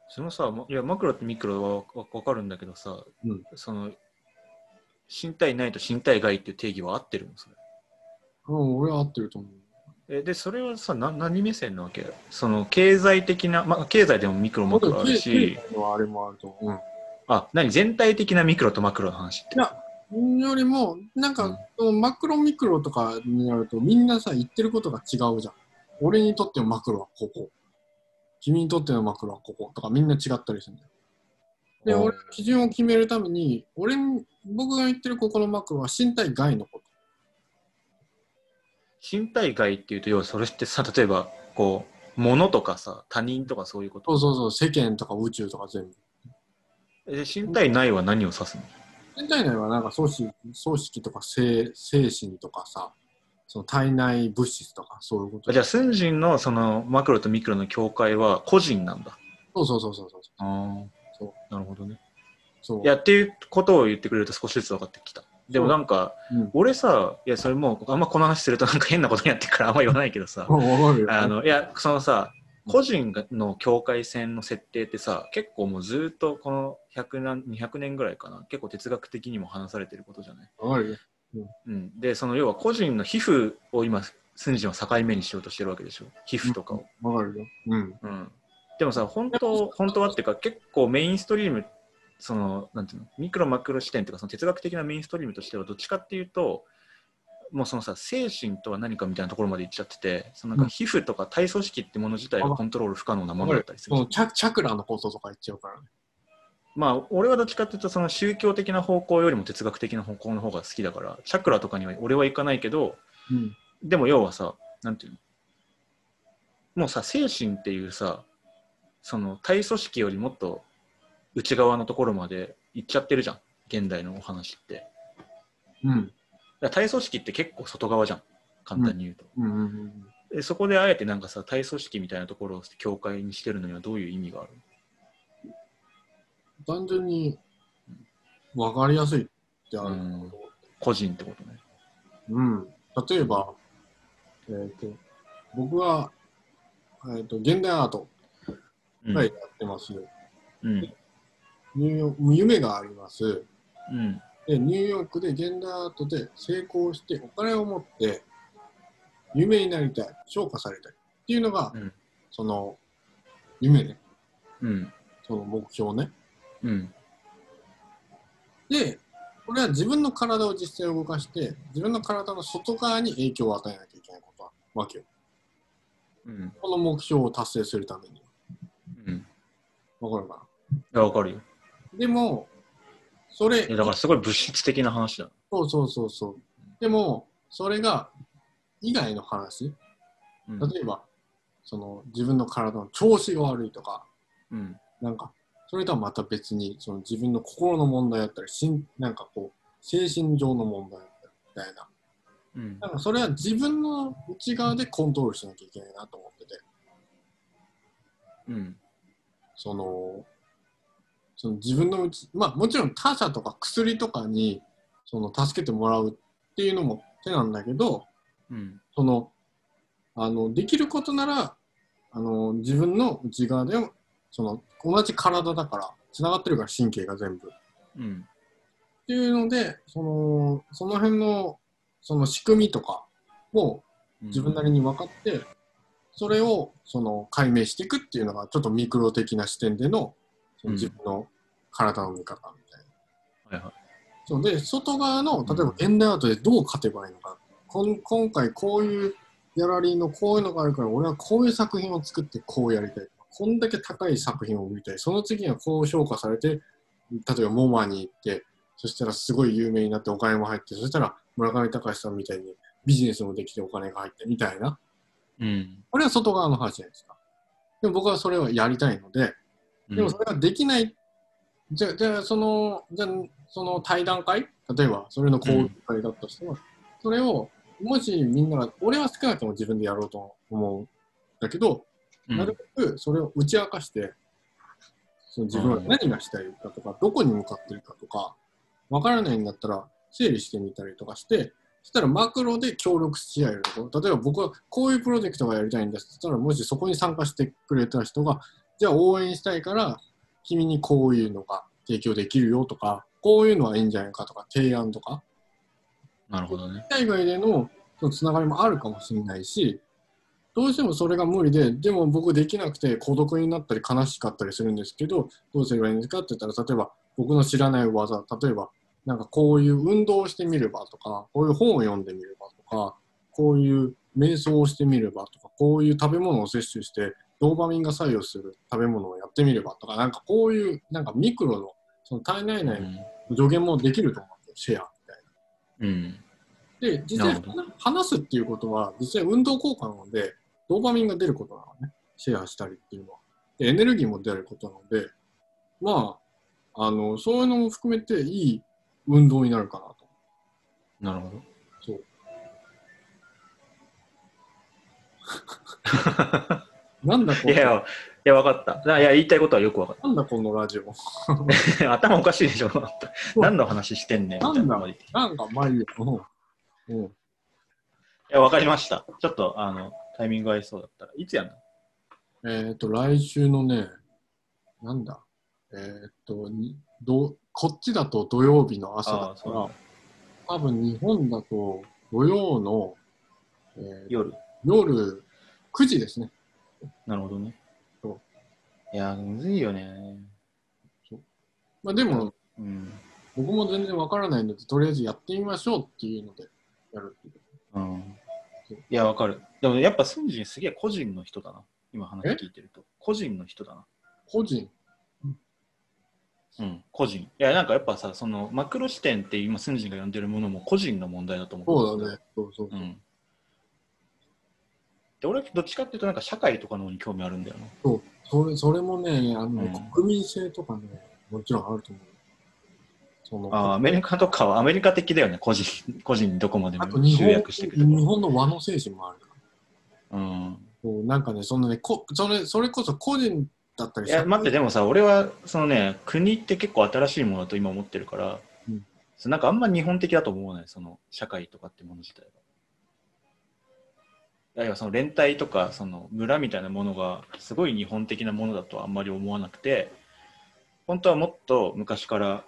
S2: そのさまいやマクロとミクロはわわわかるんだけどさ、
S1: うん
S2: その身体内と身体外っていう定義は合ってるのそれ
S1: うん、俺は合ってると思う。
S2: えでそれはさな何目線なわけその経済的な、まあ、経済でもミクロマクロあるし
S1: 経済のあれもあると思う。うん
S2: あ何全体的なミクロとマクロの話って
S1: いやよりも、なん
S2: うん
S1: か、そのマクロミクロとかになると、みんなさ、言ってることが違うじゃん。俺にとってのマクロはここ。君にとってのマクロはここ。とか、みんな違ったりするんだよ。で、
S2: うん
S1: 俺、基準を決めるために、俺に、僕が言ってるここのマクロは身体外のこ。
S2: 身体外っていうと要はそれってさ例えばこう物とかさ他人とかそういうこと
S1: そうそうそう、世間とか宇宙とか全部。
S2: とで身体内は何を指すの
S1: 身体内はなんか、組織、組織とか精、精神とかさ、その体内物質とか、そういうこと。
S2: あじゃあスンジンのそのマクロとミクロの境界は個人なんだ
S1: そうそうそうそうそう。
S2: ああ
S1: そ
S2: なるほどね
S1: そう。
S2: いや、っていうことを言ってくれると少しずつ分かってきた。でもなんか、
S1: うん、
S2: 俺さ、いや、それもう、あんまこの話するとなんか変なことになってるからあんま言わないけどさ、
S1: あ わかるよ。
S2: あの、いや、そのさ、個人の境界線の設定ってさ、結構もうずっとこの100何、200年ぐらいかな、結構哲学的にも話されてることじゃない
S1: わかるよ。
S2: うん。で、その要は個人の皮膚を今、スンジンは境目にしようとしてるわけでしょ。皮膚とかを。
S1: わかるよ。うん。
S2: うん、でもさ本当本当はっていうか結構メインストリームそのなんていうのミクロマクロ視点というかその哲学的なメインストリームとしてはどっちかっていうともうそのさ精神とは何かみたいなところまで行っちゃっててそのなん
S1: う
S2: か
S1: ん
S2: 皮膚とか体組織ってもの自体がコントロール不可能なものだったりす
S1: そ
S2: るじゃん
S1: のチャチャクラのこととか言っちゃうからね。
S2: まあ俺はどっちかっていうとその宗教的な方向よりも哲学的な方向の方が好きだからチャクラとかには俺は行かないけど
S1: うん。
S2: でも要はさ、なんていうのもうさ、精神っていうさ、その体組織よりもっと内側のところまで行っちゃってるじゃん。現代のお話って。だか
S1: うん。
S2: ら体組織って結構外側じゃん。簡単に言うと。
S1: うんうんうん。
S2: でそこであえてなんかさ、体組織みたいなところを境界にしてるのにはどういう意味がある
S1: 単純にわかりやすいってあ
S2: う
S1: る。
S2: ん個人ってことね。
S1: うん、例えば、えー、と僕は、えー、と現代アート
S2: うん。
S1: はいやってます、
S2: うん。
S1: ニューヨーク夢があります
S2: うん。
S1: でニューヨークで現代アートで成功してお金を持って有名になりたい昇華されたいっていうのが、
S2: うん
S1: その夢ね
S2: うん。
S1: その目標ね
S2: うん。
S1: でこれは自分の体を実際動かして自分の体の外側に影響を与えなきゃいけないことなわけよ
S2: うん。
S1: この目標を達成するために
S2: うん。い
S1: わかるかな
S2: や、わかるよ。
S1: でも、それ
S2: いや、だからすごい物質的な話だ。
S1: そうそうそうそう。でも、それが、以外の話、
S2: うん。
S1: 例えば、その自分の体の調子が悪いとか、
S2: うん。
S1: なんか、それとはまた別に、その自分の心の問題だったり、しんなんかこう、精神上の問題だったりみたいな。
S2: うん
S1: な。んかそれは自分の内側でコントロールしなきゃいけないなと思ってて、
S2: うん。
S1: その、その自分のうち、まあもちろん他者とか薬とかに、その助けてもらうっていうのも手なんだけど、
S2: うん。
S1: そのあのできることならあの自分の内側でもその同じ体だからつながってるから神経が全部っ
S2: うん。
S1: ていうのでそのその辺のその仕組みとかを自分なりに分かって、それをその解明していくっていうのがちょっとミクロ的な視点でのその
S2: うん
S1: 自分の体の見方みたいな。
S2: はいはい。
S1: そうで外側の例えばエンドアウトでどう勝てばいいのか、こん今回こういうギャラリーのこういうのがあるから俺はこういう作品を作ってこうやりたいこんだけ高い作品を売りたいその次にはこう評価されて例えばモマに行ってそしたらすごい有名になってお金も入ってそしたら村上隆さんみたいにビジネスもできてお金が入ってみたいな
S2: うん。
S1: これは外側の話じゃないですかでも僕はそれをやりたいのででもそれができない、じゃじゃあそのじゃあその対談会例えばそれの講義会だったとしても、それをもしみんなが俺は少なくとも自分でやろうと思うんだけど、
S2: うん、
S1: なるべくそれを打ち明かしてその自分は何がしたいかとか、どこに向かってるかとかわからないんだったら整理してみたりとかしてそしたらマクロで協力し合えるところ例えば僕はこういうプロジェクトがやりたいんですそしたらもしそこに参加してくれた人がじゃあ応援したいから君にこういうのが提供できるよとかこういうのはいいんじゃないかとか提案とか
S2: なるほどね。
S1: 海外でのそのつながりもあるかもしれないしどうしてもそれが無理ででも僕できなくて孤独になったり悲しかったりするんですけどどうすればいいんですかって言ったら例えば僕の知らない技例えばなんかこういう運動をしてみればとかこういう本を読んでみればとかこういう瞑想をしてみればとかこういう食べ物を摂取してドーパミンが作用する食べ物をやってみればとかなんかこういうなんかミクロのその体内
S2: う
S1: 内
S2: ん。
S1: の助言もできると思うんですよシェアみたいな。
S2: うん。
S1: で、実際
S2: なるほ
S1: 話すっていうことは、実際運動効果なので、ドーパミンが出ることなのね、シェアしたりっていうのは。でエネルギーも出ることなので、まあ、あの、そういうのも含めていい運動になるかなと。
S2: なるほど。
S1: そう。なんだこ
S2: いやい
S1: の、
S2: や、いや、分かった。だからいや、言いたいことはよく分かっ
S1: なんだこのラジオ。
S2: た。 頭おかしいでしょ。何の話してんねんみたいなのまで言って。い
S1: なんか、まあいいや。うん。うん。
S2: や、分かりました。ちょっと、あの、タイミング合いそうだったら。いつやんの
S1: えっ、ー、と、来週のね、なんだ、えっ、ー、とにど、こっちだと土曜日の朝だ
S2: あー
S1: か
S2: そ
S1: ら
S2: うなん、
S1: 多分日本だと土曜の、えー
S2: 夜。
S1: 夜9時ですね。
S2: なるほどね
S1: そ。
S2: いや、むずいよね。
S1: まあでも、
S2: うん。
S1: 僕も全然わからないので、とりあえずやってみましょうっていうので、やるっていう。
S2: うん、いや、わかる。でもやっぱスンジンすげえ個人の人だな。今話聞いてると。個人の人だな。
S1: 個人。
S2: うん、個人。いや、なんかやっぱさ、そのマクロ視点って今スンジンが呼んでるものも個人の問題だと思う。
S1: そうだね。そうそう。
S2: うん。で俺、どっちかっていうと、なんか社会とかの方に興味あるんだよな。
S1: それそれもね、あの、
S2: うん
S1: 国民性とかね、もちろんあると思う。その
S2: あーアメリカとかはアメリカ的だよね、個人、個人にどこまで
S1: あと
S2: も
S1: 日
S2: 集
S1: 本
S2: 約していくと
S1: 日本の和の精神もあるから。
S2: うん。
S1: そうなんかね、そのねこそれ、それこそ個人だったり
S2: いや、待って、
S1: ね。
S2: でもさ、俺は、そのね、国って結構新しいものだと今思ってるから、
S1: うん
S2: そうなんかあんま日本的だと思わない、その、社会とかってもの自体が。いやいや、その連帯とか、その村みたいなものが、すごい日本的なものだとはあんまり思わなくて、本当はもっと昔から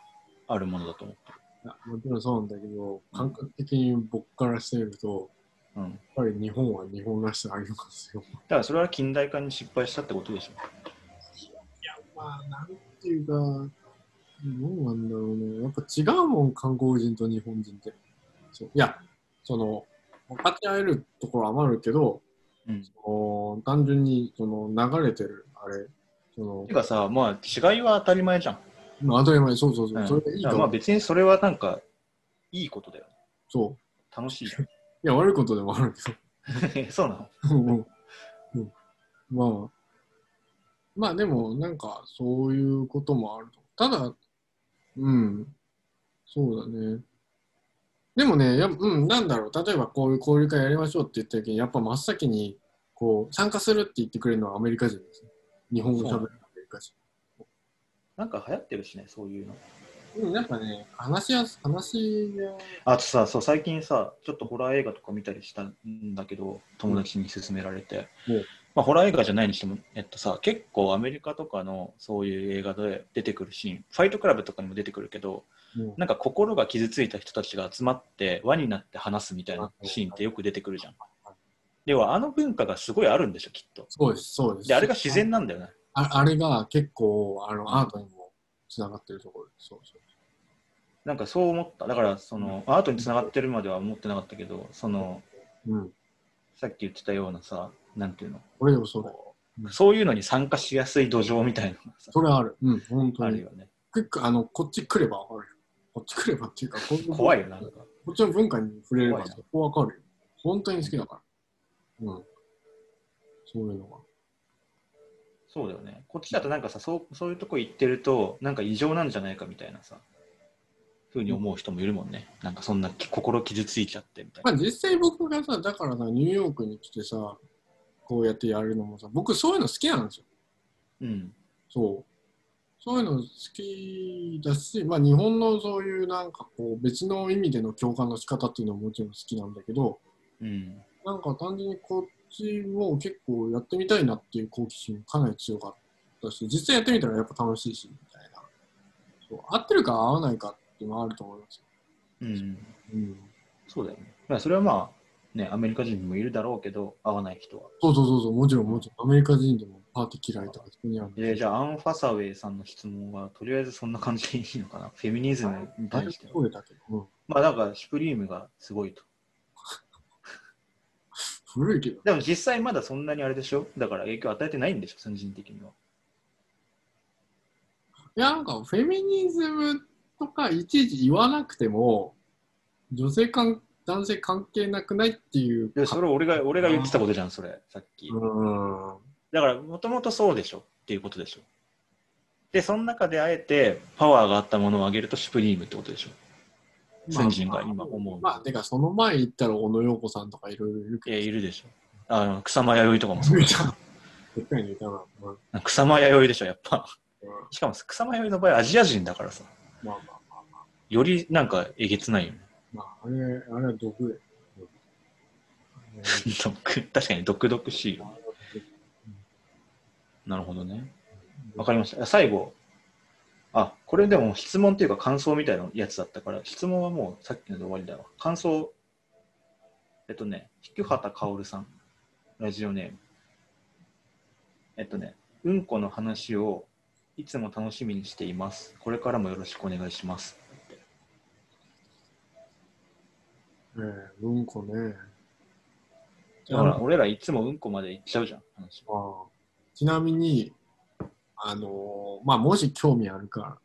S2: あるものだと思
S1: いやもちろんそうなんだけど、感覚的に僕からしてみると、
S2: う。うん。
S1: やっぱり日本は日本らしさありますよ。
S2: だからそれは近代化に失敗したってことでしょ。
S1: まあ、なんていうか、どうなんだろうね。やっぱ違うもん、韓国人と日本人って。そういや、その、分かち合えるところは余るけど、
S2: うん。
S1: お単純にその流れてる、あれ、その
S2: て、かさ、まあ違いは当たり前じゃん。
S1: まあ当たり前、そうそうそう、
S2: うん、
S1: それがいいと
S2: だから
S1: 思
S2: ま
S1: う
S2: あ別にそれはなんか、いいことだよ。
S1: そう。
S2: 楽しいじゃん。
S1: いや、悪いことでもあるけど。
S2: そうなの
S1: うんうんまあ、まあでも、なんか、そういうこともあると。ただ、うん、そうだね。でもね、やっぱうん、なんだろう、例えばこういう交流会やりましょうって言った時に、やっぱ真っ先に、こう、参加するって言ってくれるのはアメリカ人ですね。日本語喋るアメリカ人。
S2: なんか流行ってるしね、そういうの。
S1: うん、やっぱね、話しやす、話が、
S2: あとさ、そう最近さ、ちょっとホラー映画とか見たりしたんだけど、友達に勧められて、
S1: うん
S2: まあ、ホラー映画じゃないにしても、えっとさ、結構アメリカとかのそういう映画で出てくるシーン、ファイトクラブとかにも出てくるけど、
S1: うん
S2: なんか心が傷ついた人たちが集まって、輪になって話すみたいなシーンってよく出てくるじゃん。では、あの文化がすごいあるんでしょ、きっと。
S1: そうです、そうです。
S2: で、あれが自然なんだよね。
S1: ああれが結構、あの、アートにもつながってるところです。そうそう。
S2: なんかそう思った。だから、その、アートにつながってるまでは思ってなかったけど、その、
S1: うん。
S2: さっき言ってたようなさ、なんていうの、
S1: 俺でもそうだ。うん
S2: そういうのに参加しやすい土壌みたいなのがさ、
S1: それはある。うん、本当
S2: ある
S1: に。
S2: よね。
S1: クック、あの、こっち来ればわかるよ。こっち来ればっていうか、こうう
S2: 怖いよ、なんか。
S1: こっちの文化に触れれば
S2: 怖いな
S1: そこわかるよ。本当に好きだから。うん。そういうのが。
S2: そうだよね。こっちだとなんかさ、そうそういうとこ行ってると、なんか異常なんじゃないかみたいなさ、ふうに思う人もいるもんね。なんかそんなき心傷ついちゃってみたい
S1: ま
S2: な。
S1: あ実際僕がさ、だからさ、ニューヨークに来てさ、こうやってやるのもさ、僕そういうの好きなんですよ。
S2: うん。
S1: そう。そういうの好きだし、まあ日本のそういうなんかこう別の意味での共感の仕方っていうのももちろん好きなんだけど、
S2: うん。
S1: なんか単純にこっちも結構やってみたいなっていう好奇心かなり強かったし、実際やってみたらやっぱ楽しいし、みたいな。そう合ってるか合わないかっていうのはあると思いますよ。
S2: うん。
S1: うん。
S2: そうだよね。まあ、それはまあ、ね、アメリカ人にもいるだろうけど、合わない人は。
S1: そうそうそうそう、もちろんもちろんアメリカ人でもパーティー嫌いとかそこにある。
S2: えーじゃあ、アン・ファサウェイさんの質問は、とりあえずそんな感じでいいのかな。フェミニズムに
S1: だい
S2: 対
S1: ぶ
S2: しては。
S1: 増えたけど、うん
S2: まあ、なんか、シュプリームがすごいと。
S1: 古いけど。
S2: でも実際まだそんなにあれでしょだから影響与えてないんでしょ先人的には。
S1: いや、なんかフェミニズムとかいちいち言わなくても、女性関男性関係なくないっていう
S2: でそれ俺が俺が言ってたことじゃん、それ、さっき。
S1: うん。
S2: だからもともとそうでしょっていうことでしょ。で、その中であえてパワーがあったものをあげるとシュプリームってことでしょ。先人が今思う。
S1: まあ、てか、その前行ったら、小野洋子さんとかいろいろいる
S2: い
S1: け
S2: や、いるでしょ。あの草間弥生とかもそ
S1: ど。
S2: うだ
S1: い
S2: し。
S1: でっかいネタなのかな。
S2: 草間弥生でしょ、やっぱ。
S1: うん
S2: しかも草間弥生の場合、アジア人だからさ、
S1: まあまあまあ
S2: よりなんかえげつないよね。
S1: まあ、あれ、あれは毒で。うんあれは
S2: 毒確かに毒々しいよ。なるほどね。わかりました。最後。あ、これでも質問というか感想みたいなやつだったから、質問はもうさっきので終わりだわ。感想。えっとね、ひくはたかおるさん。ラジオネーム。えっとね、うんこの話をいつも楽しみにしています。これからもよろしくお願いします。
S1: ええうんこね。
S2: だから俺らいつもうんこまで行っちゃうじゃん。話
S1: ああちなみに、あのーまあ、もし興味あるから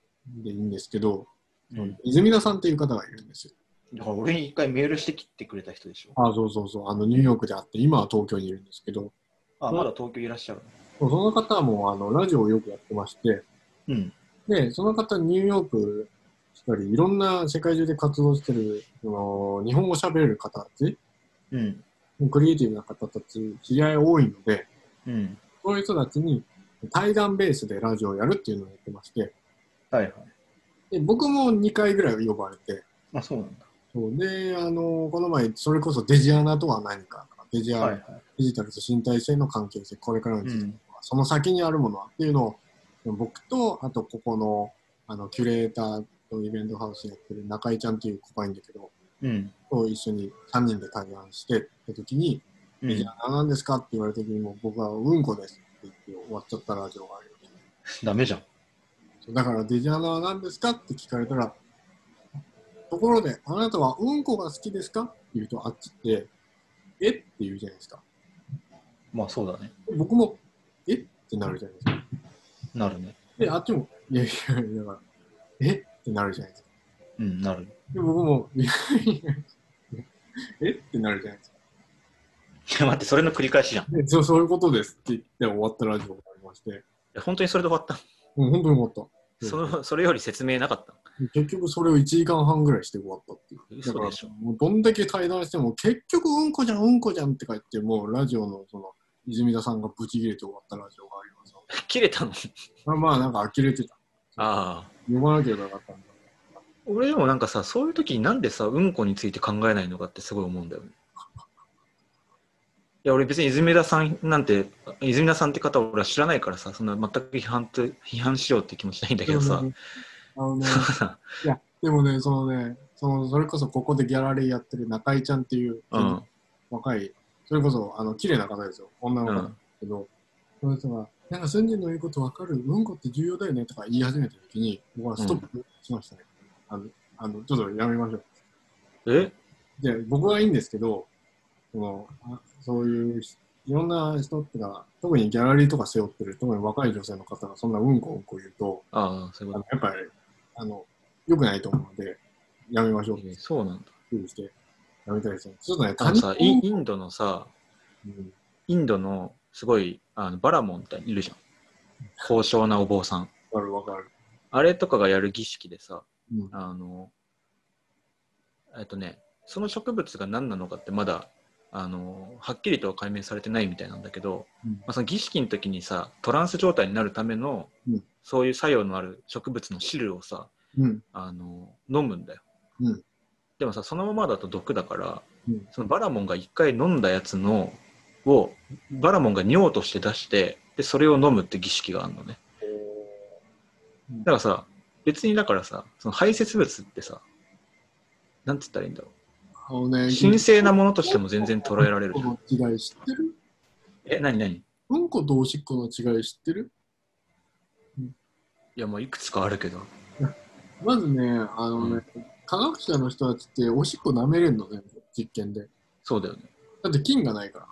S1: でいいんですけど、
S2: うん、
S1: 泉田さんっていう方がいるんですよ。
S2: だから俺に一回メールしてきてくれた人でしょ。
S1: ああそうそうそう、あのニューヨークであって、今は東京にいるんですけど、
S2: あ、まだ東京いらっしゃる。
S1: その方もあのラジオをよくやってまして、
S2: うん。
S1: で、その方、ニューヨークしかり、いろんな世界中で活動してる、その日本語喋れる方たち、
S2: うん。
S1: クリエイティブな方たち、知り合い多いので、
S2: うん。
S1: そういう人たちに対談ベースでラジオをやるっていうのをやってまして、
S2: はいはい。
S1: で僕も2回ぐらい呼ばれて、
S2: あ、そうなんだ。
S1: そうで、あの、この前、それこそデジアナとは何かとか、デジアナ、
S2: はいは
S1: デジタルと身体性の関係性、これからの
S2: い。
S1: 時
S2: う
S1: 期
S2: ん。
S1: その先にあるものはっていうのを、僕と、あとここの、あの、キュレーターとイベントハウスやってる中井ちゃんっていう子がいるんだけど、
S2: うん。
S1: と一緒に3人で対談してって時に、
S2: う
S1: じ
S2: ん
S1: ゃ、あ何ですかって言われた時にもう僕はうんこですって言って終わっちゃったラジオがあるよね
S2: ダメじゃん。
S1: そうだからデジアナは何ですかって聞かれたら、ところで、あなたはうんこが好きですかって言うと、あっちって、えって言うじゃないですか。
S2: まあそうだね。
S1: 僕も、えってなるじゃないですか。
S2: なるね。
S1: で、あっちも、いやいやいや、だから、えってなるじゃないですか。
S2: うん、なる。
S1: で、僕も、いやいやいやえってなるじゃないですか。
S2: いや、待って、それの繰り返しじゃんい
S1: で、そうそういうことですって言って終わったラジオがありまして、
S2: や。本当にそれで終わった。
S1: もう本当に終わっ
S2: そのそれより説明なかった。
S1: た。結局それを1時間半ぐらいして終わったっていう。
S2: 嘘でしょ
S1: だからもうどんだけ対談しても、結局うんこじゃん、うんこじゃんって書いて、もうラジオのその、泉田さんがブチ切れて終わったラジオがあります。
S2: 切れたの
S1: まあまあ、なんか呆れてた。
S2: ああ。
S1: 読まなきゃよかったんだ。
S2: 俺でもなんかさ、そういう時になんでさ、うんこについて考えないのかってすごい思うんだよね。いや、俺別に泉田さんなんて、泉田さんって方俺は知らないからさ、そんな全く批判と、批判しようって気持ちないんだけどさ、
S1: あのね、いや、でもね、そのね、そのそれこそここでギャラリーやってる中井ちゃんっていう、
S2: うん、
S1: 若い、それこそあの綺麗な方ですよ、女の
S2: う
S1: 子なんで
S2: ん。
S1: すけど、その人が、なんか、スンジンの言うことわかる、うんこって重要だよねとか言い始めた時に、僕はストップしましたね。あのあの、ちょっとやめましょう。
S2: え
S1: で、僕はいいんですけど、そのあそういうひいろんな人ってのは、特にギャラリーとか背負ってる、特に若い女性の方がそんなうんこうんこ言うと、
S2: ああ、そういう
S1: あの
S2: こ
S1: やっぱり、あの、良くないと思うので、やめましょうっ
S2: と
S1: て
S2: ね。そうなんだ。
S1: 注意して、やめたいですね。ちょっとね、
S2: あのさイン
S1: に、
S2: インドのさ、
S1: うん、
S2: インドのすごいあのバラモンみたいにいるじゃん。高尚なお坊さん。
S1: わかるわかる。
S2: あれとかがやる儀式でさ、
S1: うん、
S2: あの、えっとね、その植物が何なのかってまだ、あの、はっきりとは解明されてないみたいなんだけど、
S1: うん
S2: まあ、その儀式の時にさ、トランス状態になるための、
S1: うん
S2: そういう作用のある植物の汁をさ、
S1: うん、
S2: あの飲むんだよ、
S1: うん
S2: でもさそのままだと毒だから、
S1: うん
S2: そのバラモンが一回飲んだやつのをバラモンが尿として出してでそれを飲むって儀式があるのねだからさ別にだからさその排泄物ってさなんつったらいいんだろ
S1: あのね
S2: う神聖なものとしても全然捉えられるじゃん
S1: うんこの違い知ってる
S2: え何何い
S1: うんことおしっこの違い知ってる
S2: やもういくつかあるけど
S1: まずね、あのね、科学者の人たちっておしっこ舐めれるのね、実験で。
S2: そうだよね
S1: だって菌がないから。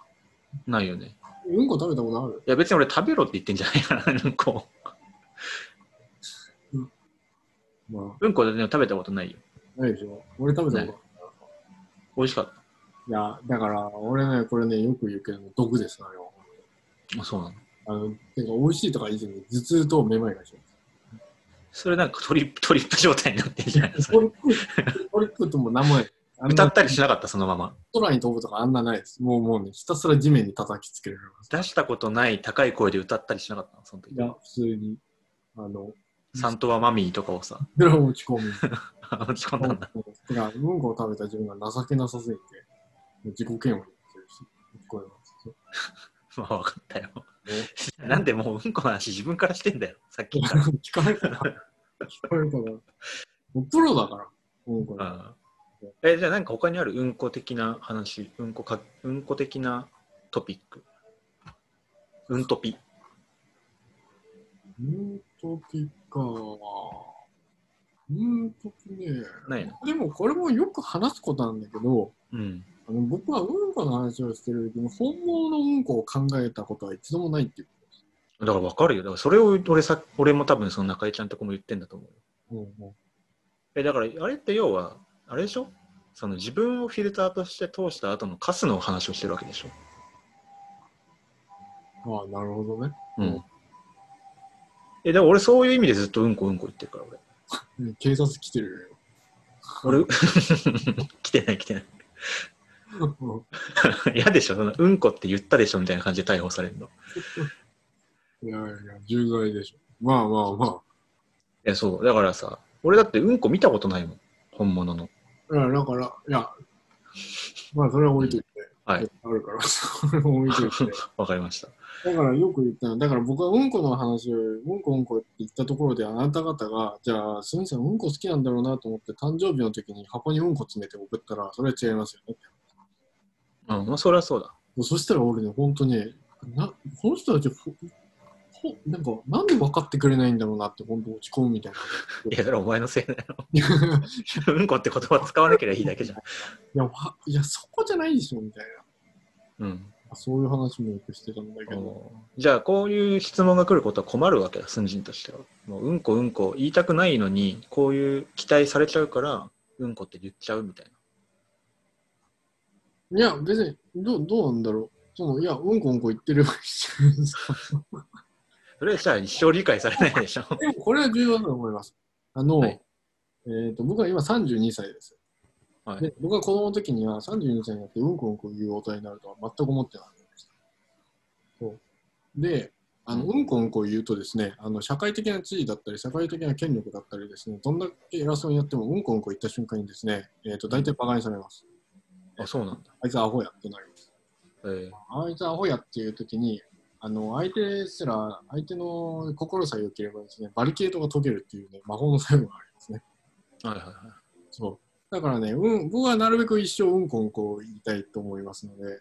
S2: ないよね
S1: うんこ食べたことある
S2: いや別に俺食べろって言ってんじゃないからうんこ
S1: ま
S2: うんこで、ね、食べたことないよ
S1: あ、ないでしょ。俺食べたことある。
S2: 美味しかっ
S1: いや、だから、俺ね、これね、よく言うけど、毒ですなよ。
S2: たあそうなの
S1: あの、てか、美味しいとか以前に、頭痛とめまいがします。
S2: それなんかトリップ、トリップ状態になってるじゃないですか
S1: ト。リック、トリックとも名前、あん
S2: 歌
S1: な
S2: ったりしなかった、そのまま。
S1: 空に飛ぶとかあんなないです。もうもうね、ひたすら地面に叩きつけられます。
S2: 出したことない高い声で歌ったりしなかったの、その時
S1: い。や、普通に、あの、
S2: サントワマミーとかをさ、
S1: それを打ち込む。
S2: 打ち込んだん
S1: だ
S2: だ。
S1: から、うんこを食べた自分が情けなさすぎて、自己嫌悪になってるし、聞こえます。
S2: まあ、わかったよ。 なんでもううんこの話自分からしてんだよ、さっきから。
S1: 聞かれたら、聞こえるから。もうプロだから、うんこだ。
S2: うんえ、じゃあなんか他にあるうんこ的な話、うんこか、うんこ的なトピック。うんトピ。
S1: うんときか。うんときね。
S2: ないの
S1: でも、これもよく話すことなんだけど、
S2: うん。
S1: あの僕はうんこの話をしてる時に本物のうんこを考えたことは一度もないっていう。
S2: だからわかるよ。だからそれを俺さ、俺も多分その中井ちゃんとこも言ってんだと思うよ。
S1: うんうん
S2: え、だからあれって要は、あれでしょその自分をフィルターとして通した後のカスの話をしてるわけでしょ。
S1: ああ、なるほどね。
S2: うん。え、でも俺そういう意味でずっとうんこうんこ言ってるから、俺。
S1: うん警察来てる
S2: 俺、 来てない来てない。
S1: よ。 うん
S2: 嫌でしょそのうんこって言ったでしょみたいな感じで逮捕されるの。
S1: いやいや、重罪でしょ。まあまあま
S2: え、そう。だからさ、俺だってうんこ見たことないもん。本物の。
S1: あ。いや、だから、いや、まあそれは置いといて。
S2: はい。
S1: あるから、それは置いといて。
S2: わかりました。
S1: だからよく言ったのだから僕はうんこの話を、うんこうんこって言ったところで、あなた方が、じゃあ、すみさんうんこ好きなんだろうなと思って、誕生日の時に箱にうんこ詰めて送ったら、それは違いますよね。
S2: うん、まあ、そりゃそうだ。
S1: もうそしたら俺ね、本当に、なこの人たちほほ、なんか、なんで分かってくれないんだろうなって、本当落ち込むみたいな。
S2: いや、だからお前のせいだよ。 うんこって言葉使わなければいいだけじゃん。
S1: いや、わいやそこじゃないでしょ、みたい
S2: うん。
S1: な。そういう話もよくしてたんだけど。
S2: じゃあ、こういう質問が来ることは困るわけだ、寸人としては。もううんこうんこ言いたくないのに、こういう期待されちゃうから、うんこって言っちゃうみたいな。
S1: いや、別に、どうどうなんだろう。そのいや、うんこうんこ言ってるわけじゃないですか。
S2: それはじゃあ一生理解されないでしょ。
S1: でも、これは重要だと思います。あの、
S2: はい
S1: えー、と僕は今32歳です。
S2: はい
S1: で僕は子供の時には32歳になってうんこうんこ言う大人になるとは全く思ってなかったです。そうであの、うんこうんこ言うとですねあの、社会的な地位だったり、社会的な権力だったりですね、どんだけ偉そうにやってもうんこうんこ言った瞬間にですね、えー、と大体バカにされます。
S2: あ、そうなんだ。
S1: あいつアホやってなります。
S2: えー
S1: あいつアホやっていう時に、あの相手すら、相手の心さえ良ければですね、バリケードが解けるっていうね、魔法の作用がありますね。
S2: はいはいはい。
S1: そう。だからね、うん、僕はなるべく一生うんこうんこ言いたいと思いますので、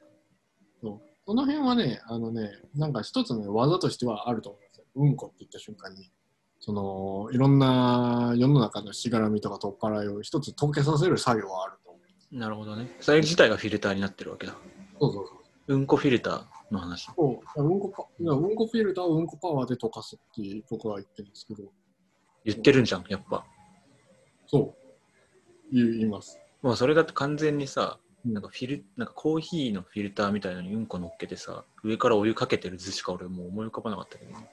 S1: そうその辺はね、あのね、なんか一つのね、技としてはあると思いますよ。うんこって言った瞬間に、その、いろんな世の中のしがらみとか取っ払いを一つ溶けさせる作業はあると思う。
S2: なるほどね。それ自体がフィルターになってるわけだ。
S1: そうそうそう。
S2: うんこフィルターの話。
S1: そううんこパいやうんこフィルターをうんこパワーで溶かすって僕は言ってるんですけど、
S2: 言ってるんじゃん、やっぱ。
S1: そう、言います。
S2: まあそれだって完全にさ、
S1: うん
S2: なんかフィル、なんかコーヒーのフィルターみたいなのにうんこ乗っけてさ、上からお湯かけてる図しか俺もう思い浮かばなかったけど、ね、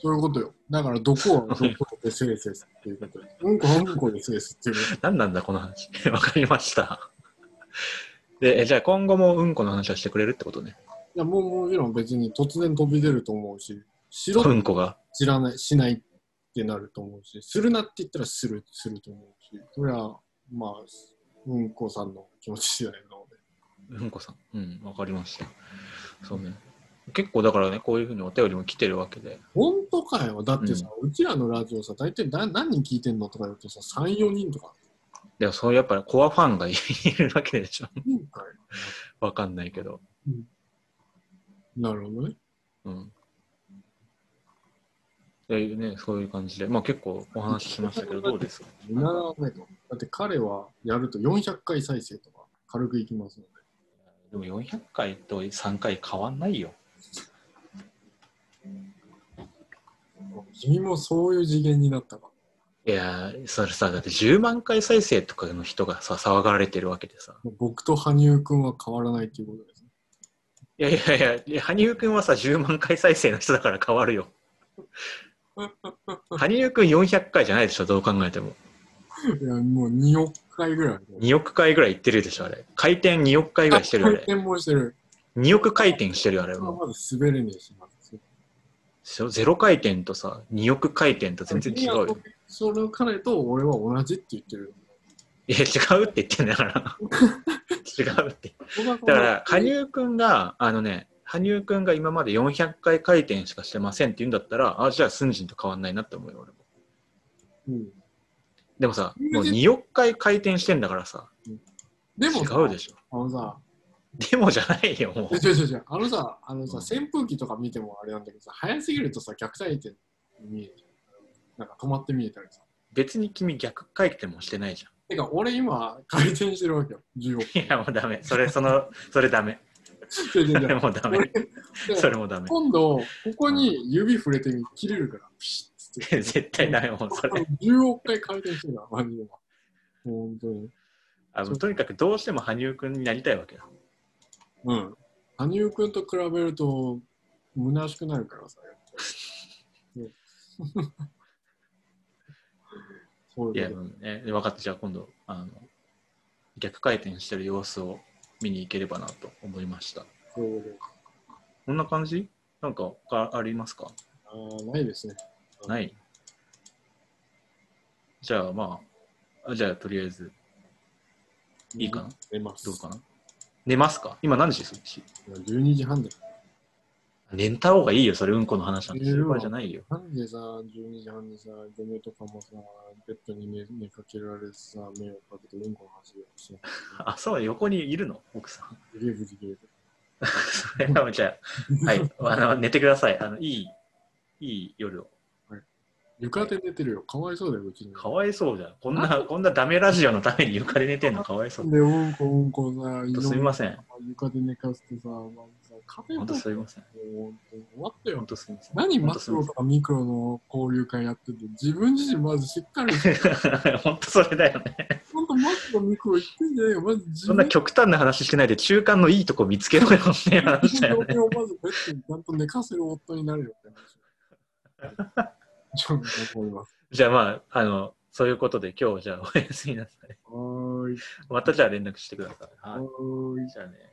S1: そういうことよ。だから、どこをどこで制すっていうことです。うんこはうんこで制すっていうこ
S2: 何なんだこの話。 わかりました。で、えじゃあ今後もうんこの話はしてくれるってことね。
S1: と。いや、もうもちろん別に突然飛び出ると思うし、しろっ
S2: う
S1: て
S2: んこが。
S1: 知らない、しないってなると思うし、するなって言ったらする、すると思うし、それは、まあ、うんこさんの気持ち次第なので。
S2: うんこさん。うん、わかりました。そうね。結構だからね、こういうふうにお便りも来てるわけで。
S1: 本当かよ。だってさ、うちらのラジオさ、大体だ何人聞いてんのとか言うとさ、3、4人とか。
S2: でもそういうやっぱりコアファンがいるわけでしょ。
S1: いいんかい
S2: わかんないけど。
S1: なるほどね。
S2: うん。っていうね、そういう感じで、まあ結構お話ししましたけど、どうですか
S1: 見習わないと。だって彼はやると400回再生とか軽くいきますので。
S2: でも400回と3回変わんないよ。
S1: 君もそういう次元になったか。
S2: いやー、それさ、だって10万回再生とかの人がさ、騒がれてるわけでさ。
S1: 僕と羽生くんは変わらないっていうことですね。
S2: いやいやいやいや、羽生くんはさ、10万回再生の人だから変わるよ。羽生くん400回じゃないでしょ、どう考えても。
S1: いや、もう2億回ぐらいある。
S2: 2億回ぐらい行ってるでしょ、あれ。回転2億回ぐらいしてるよ、あ
S1: 回 転
S2: れ。
S1: もしてる。
S2: 2億回転してるよ、あれ
S1: まあ
S2: も
S1: まず滑れねえしまず
S2: う。ゼロ回転とさ、2億回転と全然違うよ。
S1: その彼と俺は同じって言ってる。
S2: いや、違うって言ってんだから。違うって。
S1: だ
S2: だから、羽生くんが、あのね、羽生くんが今まで400回回転しかしてませんって言うんだったら、あ、じゃあ、スンジンと変わんないなって思うよ、俺も。
S1: うん、
S2: でもさ、もう2億回回転してんだからさ、
S1: でもさ
S2: 違うでしょ。
S1: あのさ、
S2: でもじゃないよ、もう
S1: え。違う違う違う、あのさ、あのさ、
S2: う
S1: 扇風機とか見てもあれなんだけどさ、早すぎるとさ、逆回転に見える。なんか止まって見えたりさ。
S2: 別に君逆回転もしてないじ
S1: てか、俺今、回転してるわけよ、10億。
S2: ゃん。いや、もうダメ。それ、その、それダメ。
S1: 違う違う
S2: そ
S1: 違
S2: れ
S1: う
S2: もうダメ。
S1: で
S2: それもダメ。
S1: 今度、ここに指触れてみ、切れるから、ピシッつって。
S2: 絶対ダメ、もうそれ。
S1: 10億回回転してるから、マジで。本当に。
S2: あもうとにかくどうしても羽生くんになりたいわけだ。
S1: うん。羽生くんと比べると、虚しくなるからさ。 ね そう
S2: い
S1: だ
S2: や、
S1: ね
S2: もうね、分かった。じゃあ今度、あの、逆回転してる様子を見に行ければなと思いました。
S1: そうだね
S2: こんな感じなんか他ありますか
S1: あーないですね。
S2: ないじゃあまあ、あじゃあとりあえず、いいかな
S1: 寝ます。
S2: どうかな寝ますか今何時ですち
S1: 12時半で。
S2: 寝た方がいいよ、それうんこの話なんて
S1: 寝
S2: する
S1: るわ
S2: 場合じゃないよ。
S1: なんでさ、12時半にさ、嫁とかもさ、ベッドに寝寝かけられてさ、迷惑かけてうんこの走りをして、
S2: あ、そう、横にいるの奥さん。
S1: ブリブリブリ
S2: それはじゃあ、はい、あの寝てください。あのいい、いい夜を。
S1: 床で寝てるよ。かわいそうだよ、うちに。
S2: かわいそうじゃん。こんな、こんなダメラジオのために床で寝てんのかわいそう。
S1: で、うんこうんこさ、
S2: ほんとすみません。
S1: 床で寝かせてさ、まずさ、カフェ
S2: ほんとすみません。
S1: もう終わった
S2: ほん
S1: よ。
S2: とすみません。
S1: 何
S2: ほん
S1: マ
S2: と
S1: ク
S2: すみ
S1: ロ
S2: ま
S1: とかミクロの交流会やってて、自分自身まずしっかり、
S2: せん。ほんとそれだよね。
S1: 本当マクロミクロ言ってんじゃねえよ。まず自
S2: そん
S1: 分
S2: な極端な話してないで、中間のいいとこ見つけろよっていう話だよ
S1: 自
S2: ね。
S1: 分の嫁をまずベッドにちゃんと寝かせる夫になるよって話。ちょっと思います。
S2: じゃあまあ、あの、そういうことで今日じゃあおやすみなさい。
S1: はーい。
S2: またじゃあ連絡してください。
S1: は
S2: はい。
S1: ーい。
S2: じゃあね。